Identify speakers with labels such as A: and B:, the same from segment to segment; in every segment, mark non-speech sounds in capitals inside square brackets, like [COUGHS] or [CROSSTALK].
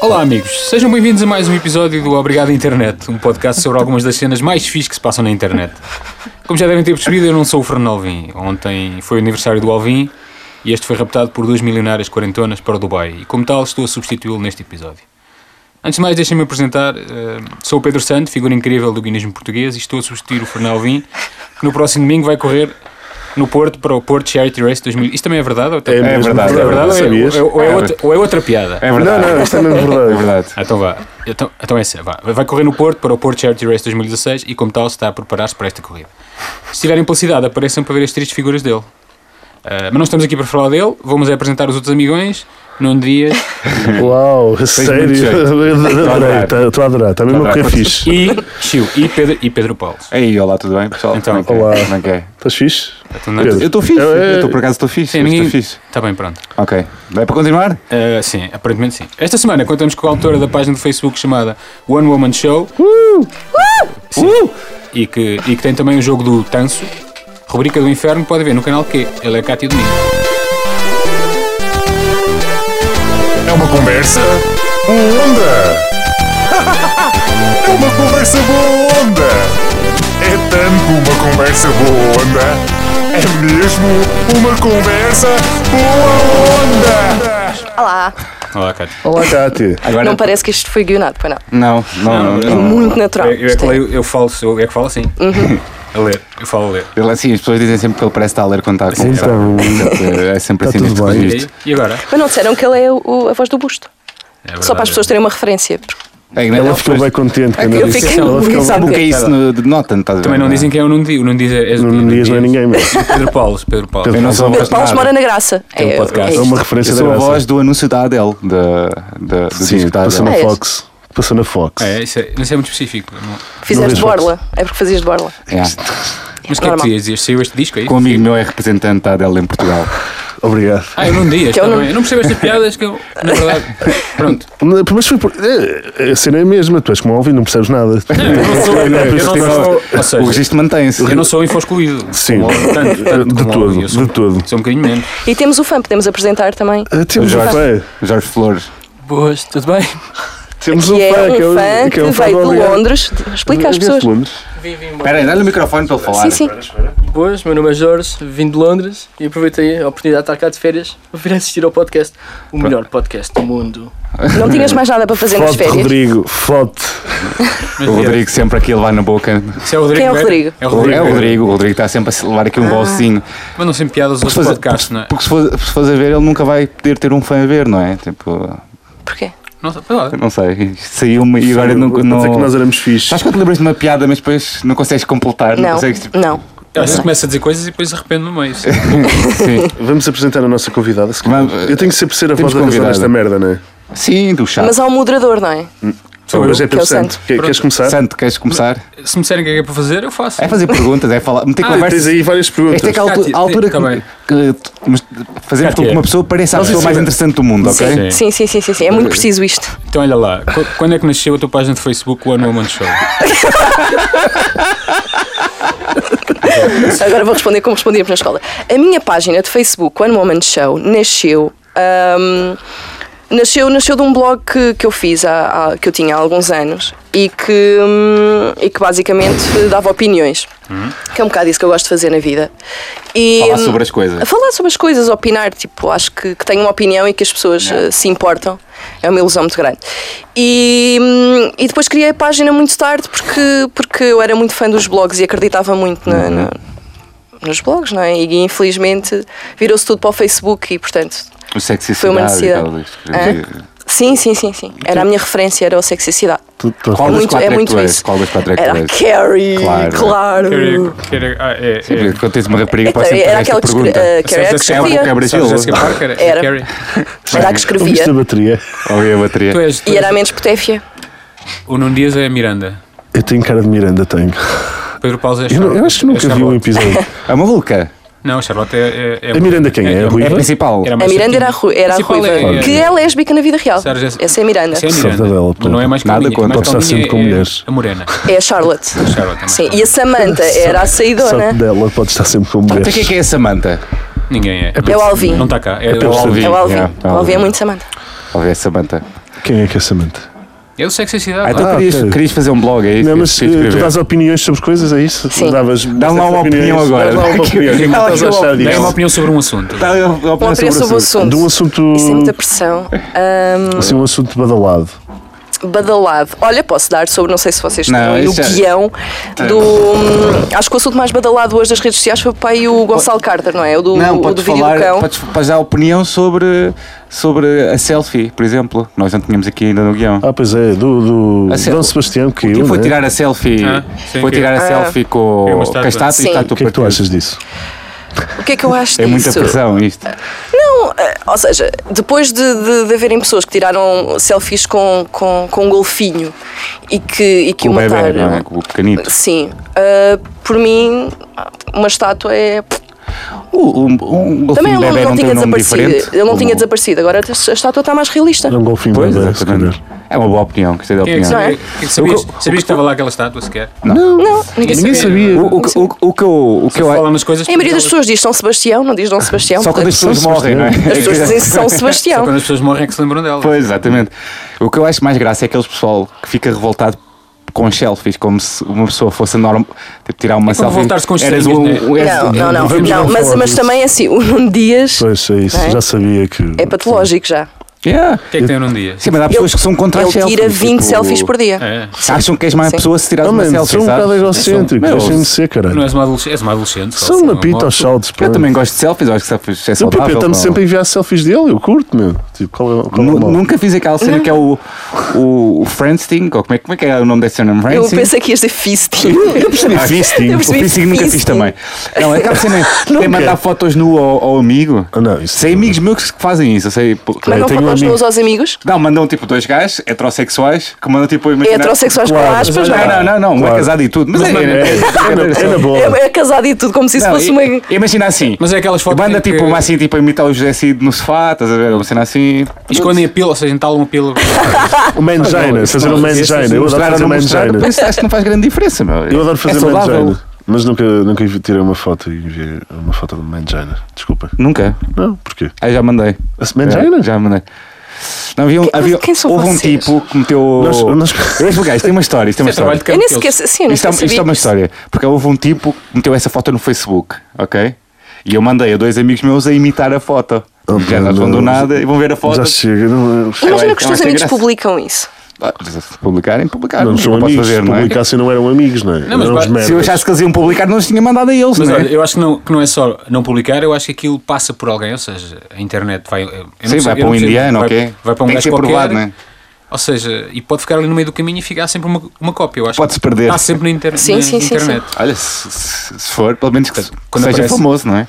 A: Olá, amigos. Sejam bem-vindos a mais um episódio do Obrigado Internet, um podcast sobre algumas das cenas mais fixes que se passam na internet. Como já devem ter percebido, eu não sou o Fernando Alvim. Ontem foi o aniversário do Alvim e este foi raptado por duas milionárias quarentonas para o Dubai e, como tal, estou a substituí-lo neste episódio. Antes de mais, deixem-me apresentar. eh, sou o Pedro Santo, figura incrível do guinismo português, e estou a substituir o Fernando Alvim, que no próximo domingo vai correr no Porto para o Porto Charity Race 2000. Isto também é verdade? Ou
B: É
A: ou é,
B: mesmo verdade,
A: verdade, ou é-
B: sabias?
A: ou é outra- ou é outra piada?
B: É verdade. Não, não, isto é mesmo verdade.
C: [LAUGHS]
B: É verdade.
A: Ah, Então vá. Então, então é assim, vá. Vai correr no Porto para o Porto Charity Race 2016 e, como tal, está a preparar-se para esta corrida. Se tiverem publicidade, apareçam para ver as tristes figuras dele. Ah, mas não estamos aqui para falar dele, vamos é apresentar os outros amigões. Nuno Dias
D: Uau, a sério? Adorei,
B: adorar.
D: tá- estou a adorar, está mesmo
B: Estou a
D: que é
B: adorar.
D: fixe.
A: e Chiu e Pedro, e Pedro Paulo.
B: Aí, olá, tudo bem, pessoal?
A: Então,
B: Como é que é?
D: olá.
B: Como é que é?
D: Estás Tá fixe?
A: Então, não-
D: Pedro.
B: Eu estou fixe,
D: Eu- eu-
B: eu estou por acaso estou fixe,
A: Sim,
B: eu
A: ninguém-
B: estou é fixe.
A: Está bem, pronto.
B: Ok, vai para continuar?
A: Ah, sim, aparentemente sim. Esta semana contamos com a autora da página do Facebook chamada One Woman Show. Sim. E, que, e que tem também o jogo do Tanso. Rubrica do Inferno pode ver no canal Q. Ele é Cátia Domingo.
C: É uma conversa boa onda. [LAUGHS] É uma conversa boa onda. É tanto uma conversa boa onda. É mesmo uma conversa boa onda.
E: Olá!
A: Olá, Cátia.
D: Olá, Cátia.
B: Agora,
E: Não parece que isto foi guionado, pois não. É
B: Não, não, não. não.
E: Muito natural.
A: Eu, eu é que leio, eu falo, eu é que falo assim.
E: Uhum.
A: [LAUGHS] A ler, eu falo a ler.
B: Ele assim, as pessoas dizem sempre que ele parece estar a ler quando está a conversar.
D: Então.
B: Sempre- É sempre
D: Está
B: assim
D: tudo
B: neste
D: bem.
A: E,
B: registro.
A: e agora?
E: Mas não disseram que ele é o- o- a voz do busto.
A: É
E: Só para as pessoas terem uma referência. porque
B: É, não,
D: Ela
B: não,
D: ficou bem contente quando
E: eu
D: eu disse.
E: fiquei
D: Ela
E: muito
D: ficou
B: Sabe o que é
E: contente.
B: isso no, de Notan? estás a ver,
A: Também não dizem quem é o Nuno Dias. O Nuno Dias é, é,
D: Nuno Dias não é ninguém mesmo.
A: Pedro Paulo, Pedro Paulo.
B: Eu não sou a voz
E: Pedro
B: de
E: Paulo
B: nada.
E: mora na graça.
A: Tem um
E: É,
A: podcast.
E: é
D: É
E: isto.
D: uma
B: Eu
D: referência da
B: sou a
D: graça.
B: voz do anúncio da Adele, da- da- do
D: Sim,
B: disco da
D: passou
B: Adele.
D: na
E: É isso.
D: Fox. Passou na Fox.
A: [LAUGHS] É, isso é, mas isso é muito específico. não-
E: Fizeste
D: Não vejo
E: borla. É porque fazias de borla.
B: Yeah.
A: Mas o que é que
E: normal.
A: tu ias dizer? Saiu este disco aí?
B: Com um amigo meu é representante da Adele em Portugal.
D: Obrigado.
A: Ah, eu não dias,
E: Que é eu
A: tá
E: não-
A: bem. Eu não percebo estas piadas que eu, na verdade. Pronto.
D: Mas foi por. é, A cena é a mesma, tu és como ouvi, não percebes nada.
A: Eu não sou. Eu
D: É por
A: não
D: isso que tem-
A: sou. Ou
B: O
A: seja,
B: registro mantém-se.
A: eu não sou info excluído.
D: Sim,
A: Tanto, tanto
D: de
A: como
D: todo,
A: eu sou-
D: de todo.
A: Sou um bocadinho menos.
E: E temos o fã, podemos apresentar também.
D: Ah, Temos um
B: Jorge.
D: fã.
B: Jorge Flores.
A: Boas, tudo bem?
D: Temos um
E: Que é
D: fã, que é
E: um
D: o-
E: fã
D: que é o
E: que veio de
D: Obrigado.
E: Londres. Explica às
D: Obrigado,
E: pessoas.
D: Londres.
B: Espera aí, dá-lhe o microfone para ele falar.
E: Sim, sim.
F: Boas, meu nome é Jorge, vim de Londres e aproveitei a oportunidade de estar cá de férias para vir assistir ao podcast, o melhor podcast do mundo.
E: Não tinhas mais nada para fazer nas
D: Fote,
E: férias.
D: Rodrigo, fote.
B: O Rodrigo sempre aqui a levar na boca.
A: Isso é o Rodrigo.
E: Quem é o
A: Vera?
E: Rodrigo?
A: É o Rodrigo.
B: É o
A: Vera.
B: Rodrigo, o Rodrigo está sempre a levar aqui
E: Ah.
B: um bolsinho.
A: Mandam sempre piadas aos
B: Porque se faz-
A: podcasts, não é?
B: Porque se for, se fores a ver, ele nunca vai poder ter um fã a ver, não é? Tipo,
E: Porquê?
A: Não, sei, sei lá.
B: eu não sei. Isto Saiu-me e agora não.
D: Vou dizer que nós
B: não...
D: éramos fixe.
B: Sabes quando te lembras de uma piada, mas depois não consegues completar?
E: Não.
B: consegues, tipo,
E: Não.
A: Às vezes começa a dizer coisas e depois arrependo no
D: [LAUGHS]
A: meio.
B: sim.
D: Vamos apresentar a nossa convidada. se calhar.
B: Vamos,
D: eu tenho que sempre ser a
B: temos
D: voz da razão
B: convidada.
D: desta merda, não é?
B: sim, do chato.
E: Mas há um moderador, não é?
A: Sou eu.
D: Mas é
E: que é
D: Pedro
E: o
D: Santo.
E: Santo.
D: Que- Queres começar?
B: Santo, queres começar?
A: Se me disserem o que é que é para fazer, eu faço.
B: É fazer perguntas, é falar. Meter
A: Ah,
D: Tens
B: conversas.
D: aí várias perguntas.
B: Esta é que a altu-
A: Cátia,
B: a altura
A: tá bem.
B: que, que mas fazemos com que uma pessoa pareça a pessoa mais interessante do mundo, ok?
A: é- Sim.
E: Sim, sim, sim, sim, sim. É muito preciso isto.
A: Então olha lá, qu- quando é que nasceu a tua página de Facebook, o One Woman Show?
E: Agora vou responder como respondíamos na escola. A minha página de Facebook, One Woman Show, nasceu. ahm, nasceu, nasceu de um blog que, que eu fiz, há, há- que eu tinha há alguns anos e que, hum, e que basicamente dava opiniões. Que é um bocado isso que eu gosto de fazer na vida. E,
B: Hum? Falar sobre as coisas.
E: a falar sobre as coisas, opinar, tipo, acho que, que tenho uma opinião e que as pessoas eh, se importam. É uma ilusão muito grande. E, hum, e depois criei a página muito tarde porque, porque eu era muito fã dos blogs e acreditava muito
B: Uhum.
E: na- na- nos blogs, não é? E infelizmente virou-se tudo para o Facebook e, portanto,
B: O sexy
E: Foi uma É.
B: cidade e
E: necessidade.
B: tal, isto.
E: Hã? sim, sim, sim, sim. Era a minha referência, era o Sexicidade.
D: tu- tu-
B: Qual das
E: Muito-
B: quatro
E: é
B: é que
E: muito
B: tu és?
E: isso.
B: Qual das quatro é que
E: Era
B: tu
E: a
B: és?
E: Carrie,
B: Claro.
E: claro.
A: Quero- quero- ah, é- é-
B: Sim, Tipo, Quando tens uma rapariga, pode sempre
E: Então,
B: fazer
E: era
B: esta
E: aquela eh, que escre-
B: pergunta.
E: a
A: Sabes
E: Carrie era é
A: Jessica
E: que escrevia.
B: Parker?
A: Sabes
B: Gil.
A: Jessica Parker?
E: Era.
A: Carrie.
E: Era a
D: Ouviste
E: que
D: a
E: escrevia.
D: bateria?
B: Ouvi a bateria.
A: Tu és, tu
E: E era a
A: és-
E: menos potéfia.
A: O Nuno Dias é a Miranda.
D: Eu tenho cara de Miranda, tenho.
A: Pedro Paulo é
D: Eu, não- eu acho que nunca vi um
A: o
E: [LAUGHS]
D: episódio.
A: é-
B: A É maluca
A: Não, a Charlotte é. é, é
D: A Miranda quem é? A
B: é a
D: Ruiva?
B: principal.
A: Era
E: A
A: mais
E: Miranda era a,
A: certinha.
E: Ru- era a
A: Principal
E: Ruiva,
A: é-
E: que é lésbica na vida real.
A: Sarah Jessica-
E: Essa é a Miranda.
A: Essa é a
D: Sorte
A: Miranda.
D: dela,
A: Mas não é mais
B: Nada
A: calminha.
B: contra.
A: Mais
D: Deve estar
A: calminha
D: sempre com
A: é
D: mulheres.
A: A morena.
D: [LAUGHS]
E: É a Charlotte.
A: A Charlotte é mais
E: Sim,
A: calma.
E: e a Samantha era a
D: Sorte
E: saidona. É
D: dela, pode estar sempre com
B: Então
D: mulheres.
B: quem é que é a Samanta?
A: Ninguém é.
E: É o Alvin.
A: Não está cá. É,
D: pelo
A: o Alvin.
D: serviço.
E: É o Alvin.
B: Yeah,
E: o Alvin é muito Samantha.
B: Ouvi a Samanta.
D: Quem é que é essa mente?
A: É do Sexo e Cidade.
B: Ah, então
A: claro.
B: querias,
D: ok.
B: querias fazer um blog, é isso?
D: Não, mas eh,
B: Querias
D: tu
B: escrever.
D: dás opiniões sobre coisas, é isso?
E: Sim.
D: Davas
B: Dá-me lá uma opinião
D: opiniões.
B: agora.
D: Dá lá
B: [LAUGHS]
D: uma opinião. O que é que
B: Dá lá
D: estás a
B: uma
D: achar
A: Dá uma
D: disso?
A: opinião sobre um assunto.
D: Tá.
E: Tá,
B: Dá uma opinião
E: Uma opinião sobre o
D: De um
E: assunto.
D: assunto.
E: Isso é muita pressão. Ahm,
D: Assim, um assunto badalado.
E: badalado. Olha, posso dar sobre, não sei se vocês
B: Não,
E: estão aí, o
B: isso já-
E: guião do. hum, acho que o assunto mais badalado hoje das redes sociais foi o pai e o Gonçalo Carter, não é? O do,
B: Não,
E: o do
B: podes
E: vídeo do
B: falar,
E: cão.
B: podes, podes dar opinião sobre, sobre a selfie, por exemplo. Nós não tínhamos aqui ainda no guião.
D: Ah, pois é, do, do
B: A sério?
D: Dom Sebastião que
B: Quem
D: caiu.
B: foi
D: né?
B: tirar a selfie?
A: Ah, sim,
B: foi
A: que-
B: tirar a
E: Ah.
B: selfie com,
A: É uma
B: com
A: estátua.
B: a estátua e
E: Sim.
B: estátua
D: O que é que tu
B: partida.
D: achas disso?
E: O que é que eu acho
B: É muita
E: disso?
B: pressão isto.
E: Não, eh, ou seja, depois de, de, de haverem pessoas que tiraram selfies com, com, com um golfinho e que, e que
B: Com o
E: o
B: bebê,
E: mataram.
B: não é? Com o pequenito.
E: Sim. ah, por mim, uma estátua é.
B: O, um, um golfinho
E: Também ele
B: bebê
E: não, não
B: não tem
E: tinha
B: um nome
E: desaparecido.
B: diferente.
E: Ele não tinha
B: Como-
E: desaparecido. Agora a estátua está mais realista.
D: Era um golfinho
B: Pois,
D: bebê, se
B: exatamente.
D: calhar.
B: É uma boa opinião, gostei da
A: Quem é que
B: opinião.
A: sabia- quem é que sabias, sabias que estava lá aquela estátua sequer?
E: Não, ninguém
A: Ninguém
E: sabia.
A: sabia.
B: O, o, que- o, o que eu, o que eu
A: Falam nas coisas.
E: A maioria das
A: porque
E: pessoas diz São Sebastião, não diz Dom Sebastião.
B: Só quando as
E: portanto,
B: pessoas morrem, não é?
E: as pessoas dizem São
A: Só
E: Sebastião.
A: quando as pessoas morrem é que se lembram dela.
B: [LAUGHS] Pois, exatamente. O que eu acho mais graça é aquele pessoal que fica revoltado com os selfies, como se uma pessoa fosse normal tipo, tirar
A: como
B: uma selfie.
A: revoltar-se com os
B: Eras
A: estranhos,
B: um-
A: né?
B: um- eras
E: Não, é?
B: um-
E: não, não.
D: Vamos
E: não,
D: não
E: mas,
D: falar
E: mas
D: disso.
E: também é assim, o Nuno Dias
D: Pois é isso,
E: Não é?
D: já sabia que.
E: é patológico já.
B: É. Yeah.
A: O que é que tem num dia?
B: Sim, mas há pessoas que são contra as
E: Ele
B: selfies.
E: tira 20
B: tipo,
E: selfies por dia.
A: É.
B: Acham que és má
E: Sim.
B: pessoa se tirares
D: Não,
B: uma
D: mano,
B: selfie.
D: sou um bocado
B: sabes?
D: egocêntrico,
B: Meu,
D: deixem-me ser, caralho.
A: Não és uma adolescente. És uma adolescente. só,
D: São
A: assim,
B: é
D: uma
A: uma
D: pita
A: moto.
D: aos saltos, pá.
B: Eu também gosto de selfies, eu acho que selfies é
D: O Pipo
B: saudável.
D: está-me
B: não.
D: sempre a enviar selfies dele, eu curto, meu. Tipo, qual é, qual é
B: Nu-
D: o mal?
B: Nunca fiz aquela cena que é o, o, o Friendsting, ou como é, como é que é o nome desse nome?
E: Eu
B: Friendsting?
E: pensei que ias dizer
B: [LAUGHS]
E: fisting.
B: Eu percebi
D: Ah,
B: fisting.
E: Eu
B: O
E: percebi
B: fisting nunca fiz
E: fisting.
B: também. Não, aquela cena é mandar fotos nu ao, ao amigo.
D: Ah, não, isso
B: Sei amigos meus que fazem isso. Eu sei, pô,
E: Mas não
D: tenho um
E: fotos
D: amigo-
E: meus aos amigos.
B: não, mandam tipo dois gajos heterossexuais que mandam tipo.
E: É
B: Imaginar...
E: heterossexuais com aspas, não
B: Não,
E: é?
B: não, não, não. Um é
D: Claro.
B: casado e tudo. Mas, é. é, é,
D: É na boa.
E: É, é casado e tudo, como se isso
B: não,
E: fosse
B: i-
E: uma.
B: Imagina assim.
A: Mas é aquelas fotos
B: Banda
A: em que-
B: tipo, uma assim, tipo, a imitar o José Cid no sofá, estás a ver? Uma cena assim.
A: Escondem a pílula, ou seja, entalam a
B: [LAUGHS]
A: pílula.
D: O mangina, fazer um mangina. Eu adoro
B: É Mostrar ou
D: fazer
B: não mostrar,
D: mangina.
B: por isso acho que não faz grande diferença, meu.
D: Eu adoro
B: é
D: fazer
B: saudável.
D: mangina. Mas nunca, nunca envi- tirei uma foto e enviei uma foto de mangina. Desculpa.
B: Nunca.
D: Não, porquê?
B: Aí já mandei.
D: A mangina?
B: É. Já mandei. Não, havia, um-
E: Quem-
B: havia,
E: quem são
B: houve um
E: vocês?
B: tipo que meteu.
D: Nós- nós-
B: Eu vou gajo, tem uma história. Isto é uma
A: Isso é trabalho
B: história.
A: de
E: Eu
A: campo.
E: nem
A: deles.
E: sequer. Sim, eu nem
B: Isto é,
E: sequer
B: isto é uma
E: sabia.
B: história. Porque houve um tipo que meteu essa foto no Facebook, ok? E eu mandei a dois amigos meus a imitar a foto.
D: Oh,
B: já não vão do
D: não.
B: nada e vão ver a foto.
D: Já chega, não é?
E: Imagina
B: Ela-
E: que os
B: ela
E: teus
B: tem
E: amigos
B: graça.
E: publicam isso.
B: Ah, Se publicarem, publicaram.
D: Não
B: Ah, Não,
D: são
B: não posso
D: amigos.
B: fazer,
D: Se
B: não é?
D: publicassem não eram amigos, não é?
A: Não, mas
D: Eram uns
A: pá, se eu
B: Se eu
D: merdas.
B: achasse que eles iam publicar, não os tinha mandado a eles,
A: Mas
B: não é?
A: olha, eu acho que não, que não é só não publicar, eu acho que aquilo passa por alguém, ou seja, a internet vai. eu não
B: Sim,
A: sei-
B: vai
A: eu
B: para
A: não
B: um
A: sei-
B: indiano,
A: vai,
B: ok?
A: Vai para um
B: Tem que
A: gajo
B: ser
A: qualquer.
B: provado, né?
A: Ou seja, e pode ficar ali no meio do caminho e ficar sempre uma, uma cópia, eu acho.
B: Pode-se
A: que
B: perder.
A: Está sempre na, inter
E: Sim,
A: na
E: sim, sim,
A: internet.
B: Olha, se, se- se for, pelo menos que se-
A: Quando
B: seja
A: aparece. [LAUGHS]
B: famoso, não é?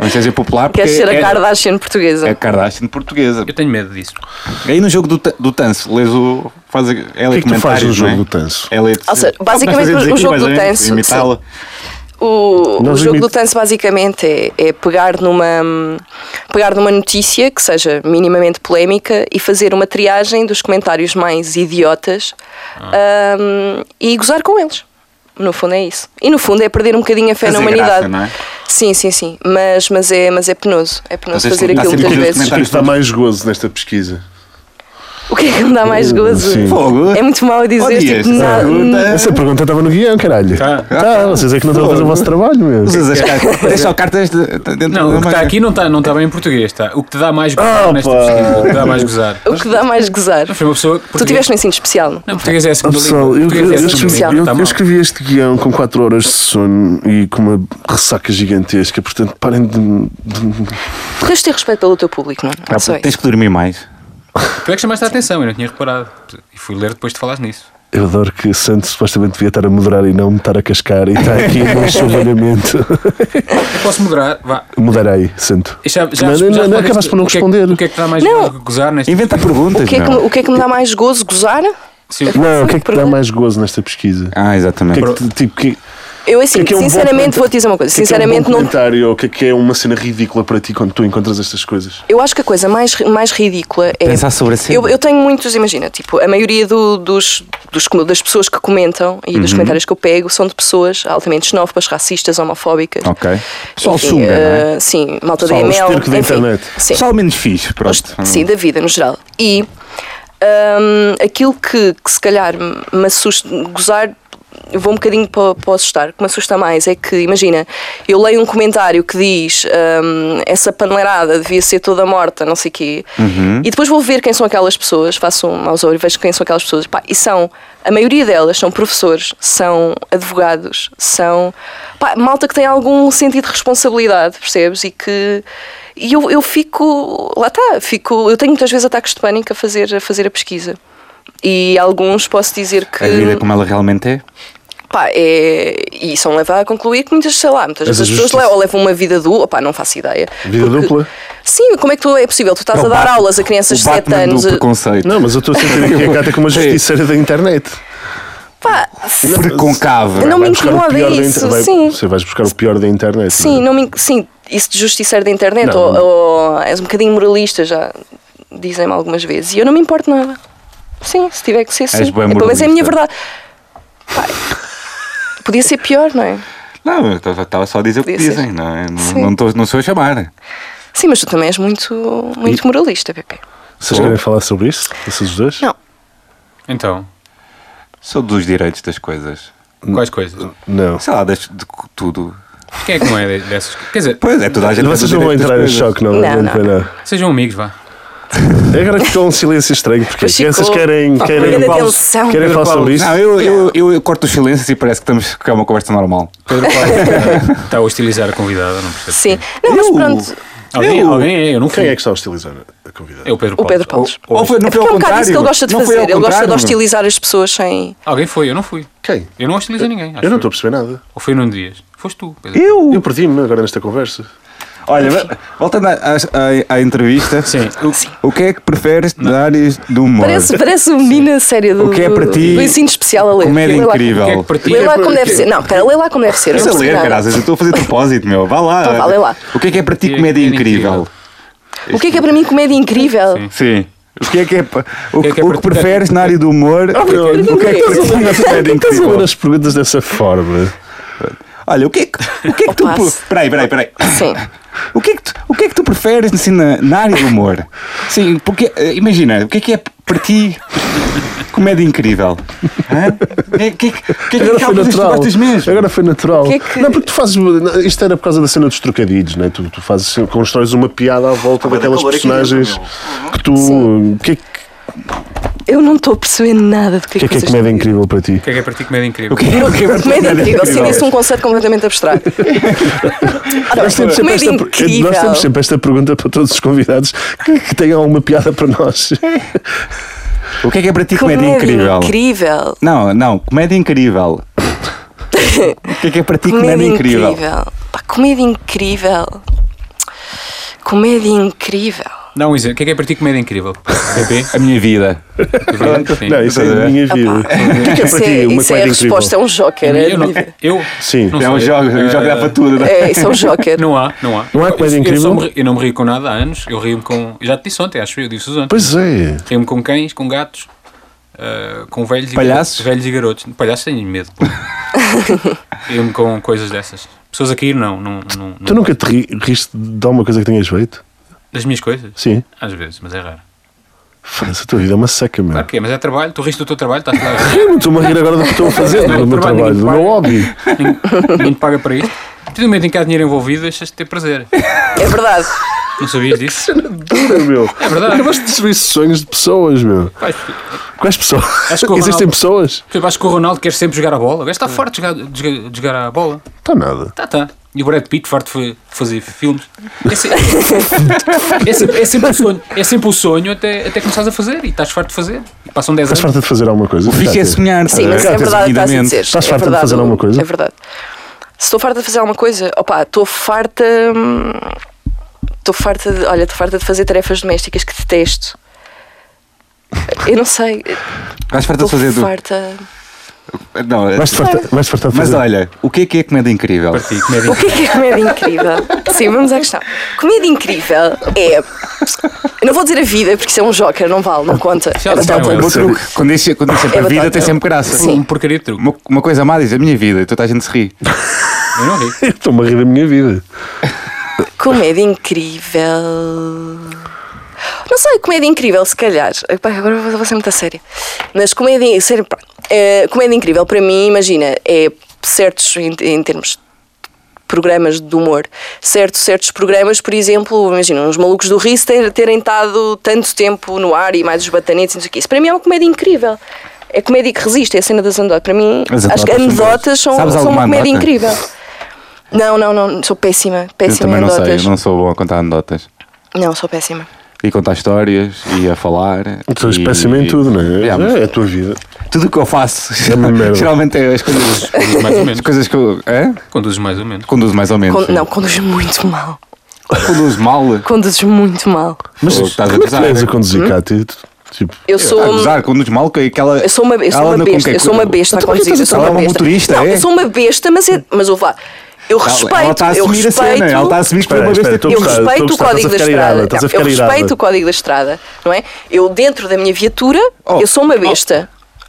B: Ou seja popular, porque
E: Queres ser
B: é,
E: a Kardashian portuguesa?
B: é a Kardashian
A: [LAUGHS]
B: portuguesa.
A: Eu tenho medo disso.
B: Aí no jogo do, ta- do Tanso, lês o. Faz, a- ela
D: O que é que tu fazes no
B: comentários,
D: jogo
B: não
D: do
B: é?
D: tanso?
B: Ela é-
E: Ou seja,
B: Nós
E: basicamente,
B: fazemos
E: o
B: aqui
E: jogo
B: mais
E: do
B: ou menos,
E: Tanso,
B: imitá-la.
E: O, o
D: Nós
E: jogo
D: imit-
E: do tanso basicamente é, é pegar numa pegar numa notícia que seja minimamente polémica e fazer uma triagem dos comentários mais idiotas
B: Ah.
E: hum, e gozar com eles. No fundo é isso. E no fundo é perder um bocadinho a fé na
B: Fazer
E: humanidade.
B: graça, não é?
E: Sim, sim, sim. Mas, mas, é, mas é penoso. É penoso
B: Vocês tipo
E: fazer
B: têm-
E: aquilo
B: há sempre
E: muitas
B: aqueles
D: O
E: vezes.
D: que é que dá mais gozo nesta pesquisa?
E: O que é que me dá mais gozo?
D: Sim.
B: Fogo.
E: É muito mau dizer.
B: Odias
E: Tipo,
B: essa
E: nada-
B: pergunta.
D: Essa pergunta estava no guião, caralho.
A: Tá.
D: Tá, vocês é que não estão a fazer o vosso trabalho, meu.
B: Usas
E: [LAUGHS]
B: as cartas. Deixa as cartas de- dentro
A: Não,
B: da
A: o que está
B: manga.
A: aqui não está não está bem em português, está. O que te dá mais gozar
D: Ah,
A: nesta
D: pá.
A: pesquisa, o que te dá mais gozar.
E: o que dá mais gozar?
A: Foi uma pessoa.
E: Tu tiveste um ensino especial? não?
A: Não, português é a
D: Ah,
A: segunda
D: pessoal,
A: língua.
D: eu,
A: Português é a
D: eu- eu
A: segunda
D: escrevi,
A: língua,
D: eu-
A: está
D: eu
A: mal.
D: escrevi este guião com 4 horas de sono e com uma ressaca gigantesca, portanto parem de. de-
E: Tu tens de ter respeito pelo teu público, não? é?
B: Ah,
E: Só
B: pô,
E: isso.
B: Tens que dormir mais.
A: Tu é que chamaste a atenção, eu não tinha reparado. E fui ler depois de falares nisso.
D: Eu adoro que Santos supostamente devia estar a moderar e não me estar a cascar e está aqui num chuvanamento.
A: Eu posso moderar? Vá.
D: Moderei, Santo.
A: Já, já,
D: Não,
A: já
D: não, não,
A: respondeste
D: acabaste por não
A: o que é que-
D: responder.
A: O que é que te dá mais
E: Não.
A: gozo de gozar neste
B: Inventa perguntas,
E: O que, é que, me-
B: meu.
E: o que é que me dá mais gozo? Gozar?
A: Sim,
D: Não, o que é que te dá
E: Pergunta.
D: mais gozo nesta pesquisa?
B: Ah,
D: O que
B: exatamente.
D: é que te- tipo, que,
E: Eu,
D: O que
E: assim,
D: é que é um bom
E: sinceramente,
D: comentário?
E: vou-te dizer uma coisa.
D: que é que
E: sinceramente,
D: é um bom
E: não,
D: comentário ou o que é que é uma cena ridícula para ti quando tu encontras estas coisas?
E: Eu acho que a coisa mais, ri- mais ridícula é.
B: Pensar sobre a cena.
E: Eu, eu tenho muitos, imagina, tipo, a maioria do- dos, dos com- das pessoas que comentam e
D: Uhum.
E: dos comentários que eu pego são de pessoas altamente xenófobas, racistas, homofóbicas.
B: Ok. Pessoal
E: Enfim,
B: sunga, não é?
E: eh, Sim, malta da
D: Pessoal
E: ML.
D: esterco da
E: enfim,
D: internet.
E: Sim,
B: Pessoal menos fixe, pronto.
E: sim, da vida no geral. E hum, aquilo que, que se calhar me assusta, gozar. Eu vou um bocadinho para, para assustar. O que me assusta mais é que, imagina, eu leio um comentário que diz hum, essa paneleirada devia ser toda morta, não sei o quê, e depois vou ver quem são aquelas pessoas, faço um mouse over e vejo quem são aquelas pessoas. Pá, e são, a maioria delas são professores, são advogados, são pá, malta que tem algum sentido de responsabilidade, percebes? E que. E eu, eu fico. Lá está, fico. Eu tenho muitas vezes ataques de pânico a fazer a, fazer a pesquisa. E alguns posso dizer que.
B: A vida como ela realmente é.
E: Pá, é, e são levar a concluir que muitas, sei lá, muitas
D: Mas
E: vezes as
D: a
E: pessoas
D: justiça-
E: levam, levam uma vida dupla, pá, não faço ideia.
D: Vida dupla?
E: Sim, como é que tu é possível? Tu estás
B: É o
E: a dar
B: Batman-
E: aulas a crianças de
B: o
E: 7
B: Batman
E: anos.
B: do
E: eh, a-
B: preconceito.
D: Não, mas eu estou a sentir aqui a gata como uma justiceira da internet.
E: Pá,
B: Preconcavo.
E: Não me
D: Vai buscar o
E: incomoda
D: pior da
E: isso,
D: inter- vai-
E: sim.
D: Você vais buscar o pior da internet.
E: Sim,
D: não é?
E: não me, in- sim, isso de justiceiro da internet,
D: Não.
E: ou, ou és um bocadinho moralista, já dizem-me algumas vezes, e eu não me importo nada. Sim, se tiver que ser, sim.
B: És bem
E: É, pelo menos é a minha
B: moralista.
E: verdade. Pá, podia ser pior, não é?
B: Não, eu estava só a dizer o que
E: Podia ser.
B: dizem, não é? Não,
E: Sim.
B: não, tô- não sou eu a chamar.
E: Sim, mas tu também és muito, muito moralista, Pepe.
D: Vocês querem falar sobre isso? Vocês os dois?
E: Não.
A: Então,
B: Sou dos direitos das coisas.
A: quais coisas?
D: Não.
B: Sei lá, das, de cu- tudo.
A: Quem é que não é de- dessas? Quer dizer,
B: Pois é, toda a gente tem
D: Vocês
B: o
D: não vão
B: direito das
D: entrar em
B: coisas.
D: choque, não,
E: Não,
D: não,
E: não.
D: não. não.
A: sejam amigos, vá.
D: Agora ficou um silêncio estranho, porque as
E: Pois
D: crianças
E: ficou. Oh,
D: querem,
E: Pá,
D: querem,
E: grande
D: querem,
E: atenção.
D: falar sobre isso.
B: Não, eu, eu, eu, eu corto os silêncios e parece que estamos que é uma conversa normal.
A: Pedro Paulo está- está a hostilizar a convidada, não percebo.
E: Sim. Não, mas
B: Eu- É
E: pronto, é
A: Alguém,
B: Eu-
A: alguém é, eu não fui.
D: Quem é que está a hostilizar a convidada?
A: É o Pedro
E: o
A: Paulo.
E: Pedro Paulo.
B: Ou- ou foi- não
E: é
B: foi
E: porque é
B: ao
E: um bocado isso
B: contrário.
E: que ele gosta de
B: Não foi ao
E: fazer. Ele gosta de
B: contrário.
E: hostilizar as pessoas sem.
A: Alguém foi, eu não fui.
D: Quem?
A: Eu não hostilizei ninguém. acho
D: Eu
A: eu.
D: não estou a perceber nada.
A: Ou foi num Dias? Foste tu. Pedro.
D: Eu perdi-me agora nesta conversa.
B: Olha, va- voltando à, à- à- à entrevista,
A: Sim.
B: o que é que preferes de áreas do humor?
E: Parece, parece uma menina séria do,
B: O que é para ti
E: do ensino especial a ler.
B: comédia
E: Lê lá-
B: incrível.
A: O que é que para ti
E: Lê lá
A: é-
E: como deve ser. Não, pera, lê lá como deve ser. eu não
B: Estás a
E: percebi
B: ler,
E: nada.
B: caras, eu estou a fazer propósito, meu. Vá lá.
E: Então vá, lê lá.
B: O que é que é para ti
A: É
B: comédia
A: comédia
B: incrível?
A: incrível.
E: O que é que é para mim comédia incrível?
A: Sim.
B: Sim. O que é que é, pa- o,
A: que é que é
B: o
A: para
B: que
A: ti?
B: preferes na área do humor?
E: Oh,
B: o que é que para ti na comédia
D: Estás a ler
B: incrível?
D: as perguntas dessa forma.
B: Olha, o que é que, o que, é que tu.
E: Opa, se-
B: Peraí, peraí, peraí.
E: Sim.
B: O que é que tu, o que é que tu preferes assim, na, na área do humor? Sim, porque eh, imagina, o que é que é para ti comédia incrível? Hã? O que é que, o que, é que,
D: Agora
B: há
D: foi
B: coisas que tu
D: natural.
B: gostas mesmo?
D: Agora foi natural.
E: que é que-
D: Não, porque tu fazes. Isto era por causa da cena dos trocadilhos, né? Tu, tu fazes, constróis uma piada à volta daquelas personagens que tu. O que, é que-
E: Eu não estou a perceber nada do que,
D: que é que é
E: vocês
D: comédia incrível para ti?
A: O que é que é para ti comédia incrível?
E: Comédia incrível, sim, isso é um conceito
D: [LAUGHS]
E: completamente abstrato. Ora,
D: Nós temos, sempre
E: comédia
D: esta,
E: incrível.
D: nós temos sempre esta pergunta para todos os convidados que, que tenham alguma piada para nós.
B: O que é que é para ti comédia,
E: Comédia
B: incrível?
E: incrível.
B: Não, não, comédia incrível. o que é que é para ti comédia,
E: Comédia
B: incrível?
E: incrível. Pá, comédia incrível. Comédia incrível.
A: Dá um exemplo. O que é que é para ti comédia incrível? Bebê?
B: A minha vida.
A: Sim.
D: [LAUGHS] Não, isso é a minha vida.
E: Opa.
D: [LAUGHS] O que é que é para
E: Isso é,
D: ti uma
E: isso é a
D: comédia incrível?
E: resposta, é um joker. é
A: Eu não.
E: nível.
A: Eu.
D: Sim.
A: Não
B: É um
A: sei. Eh,
B: jogo, um jogo dá para tudo. não é?
E: É, isso é um joker.
A: [LAUGHS] Não há, não há.
D: Não há comédia
A: eu,
D: incrível?
A: Eu, só me ri- eu não me rio com nada há anos. Eu rio-me com. eu Já te disse ontem, acho eu. Disse-os ontem.
D: Pois é.
A: Rio-me com cães, com gatos, ah, com velhos
B: Palhaços?
A: e garotos. Velhos e garotos. Palhaços tenho medo. pô. Rio-me com coisas dessas. Pessoas a cair, não. não, não, não.
D: Tu nunca te ri- riste de alguma coisa que tenhas feito?
A: Das minhas coisas?
D: Sim.
A: Às vezes, mas é raro.
D: Faz, a tua vida é uma seca, meu.
A: Claro que é, mas é trabalho. Tu riste do teu trabalho, estás lá. a rir.
D: Eu não estou-me a rir agora do que estou a fazer,
A: Não,
D: do meu
A: trabalho,
D: trabalho, do
A: ninguém
D: meu hobby.
A: Ninguém te paga para isto. A partir do momento em que há dinheiro envolvido, deixas de ter prazer.
E: É verdade.
A: Não sabias disso?
D: Dura, [LAUGHS] meu.
A: É verdade.
D: Acabaste de destruir sonhos de pessoas, meu.
A: Pá,
D: Quais pessoas?
A: Acho que o
D: Existem
A: Ronaldo-
D: pessoas?
A: Por exemplo, acho que o Ronaldo quer sempre jogar a bola. O gajo está forte de jogar, de jogar- de jogar a bola.
D: Está nada.
A: Tá, tá. E o Brad Pitt, farto de fazer filmes. É, se- é [LAUGHS] sempre, é sempre o sonho. É sempre o sonho até, até começares a fazer. E estás farto de fazer. E passam 10
D: Estás
A: anos.
D: farta de fazer alguma coisa?
B: Fiquei a sonhar.
E: Sim, mas é
D: Exato,
E: verdade o que estás a dizer.
D: Estás
E: É
D: farta de
E: verdade,
D: fazer alguma coisa?
E: É verdade. Se estou farta de fazer alguma coisa, opá, estou farta. hum, Estou farta de. Olha, estou farta de fazer tarefas domésticas que detesto. Eu
D: [LAUGHS]
E: não sei.
B: Vais farta
E: Estou
B: de fazer do.
E: farta.
B: Não, é-
D: Vais-te farta, vais farta de
B: mas
D: fazer.
B: olha, o que é que é comédia incrível?
A: Sim, comédia.
E: O que é que é comida incrível? Sim, vamos à questão. Comida incrível é. Eu não vou dizer a vida, porque isso é um joker, não vale, não conta.
A: Já
E: Era
A: sei,
E: tal
A: é
E: coisa.
A: um
B: Bom truque. Então, Quando diz, quando diz sempre
E: É
B: a vida,
E: batata.
B: tem sempre graça.
E: Sim.
A: Um porcaria de truque.
B: Uma, uma coisa má diz "É a minha vida, e toda a gente se ri.
A: Eu não ri.
D: [LAUGHS] Estou-me a rir da minha vida.
E: Comédia incrível. Não sei, comédia incrível, se calhar. Epá, agora vou vou ser muito a séria. Mas comédia, ser, pá, eh, comédia incrível, para mim, imagina, é certos, em, em termos de programas de humor, certos, certos programas, por exemplo, imagina, uns malucos do Riz ter, terem estado tanto tempo no ar e mais os batanetes e não sei o quê. Isso para mim é uma comédia incrível. É comédia que resiste, é a cena das anedotas. Para mim,
B: As
E: acho que
B: anedotas são
E: anedotas são,
B: boas. Sabes
E: são uma
B: alguma
E: comédia
B: anedota?
E: incrível. Não, não, não, sou péssima,
B: Eu
E: péssima
B: também
E: em
B: não sei,
E: anedotas.
B: eu não sou bom a contar anedotas.
E: Não, sou péssima.
B: E contar histórias, e a falar.
D: Tu és
B: e-
D: péssimo em tudo, não é?
B: Yeah, mas
D: É, é a tua vida.
B: Tudo o que eu faço,
D: uma merda.
B: [LAUGHS] geralmente é as coisas,
A: Mais ou menos.
B: as coisas que eu. É?
A: Conduzes mais ou menos.
B: Conduzo mais ou menos.
E: Con-
B: sim.
E: não, conduz muito mal.
B: Conduzo mal.
E: Conduzes muito mal.
D: Mas
B: Fogo, estás a
D: como é que tu
B: gozar,
D: és a
B: é?
D: conduzir, Cátia? Tu- Tipo,
E: Eu sou. um-
B: Está a gozar, conduzo mal com aquela.
E: Eu sou uma, eu sou
B: Ela
E: uma
B: anda com
E: besta,
B: que-
E: eu sou uma besta a
B: Então, mas
E: conduzir.
B: estás
E: Eu
B: a-
E: sou uma
B: ela é uma
E: besta.
B: motorista,
E: não,
B: é?
E: eu sou um uma besta, mas é. Mas ouve lá. Eu respeito.
B: ela está a
E: eu
B: assumir a
E: respeito,
B: cena, ela está a assumir que foi
D: Espera,
B: uma
D: espera,
B: besta.
D: estou a
E: Eu um
D: gostar,
E: respeito
D: estou
E: o
D: a gostar,
E: código da
D: estás a ficar
E: estrada.
D: irada, estás a
E: eu
D: ficar irada.
E: respeito o código da estrada, não é? Eu, dentro da minha viatura,
B: Oh.
E: eu sou uma besta.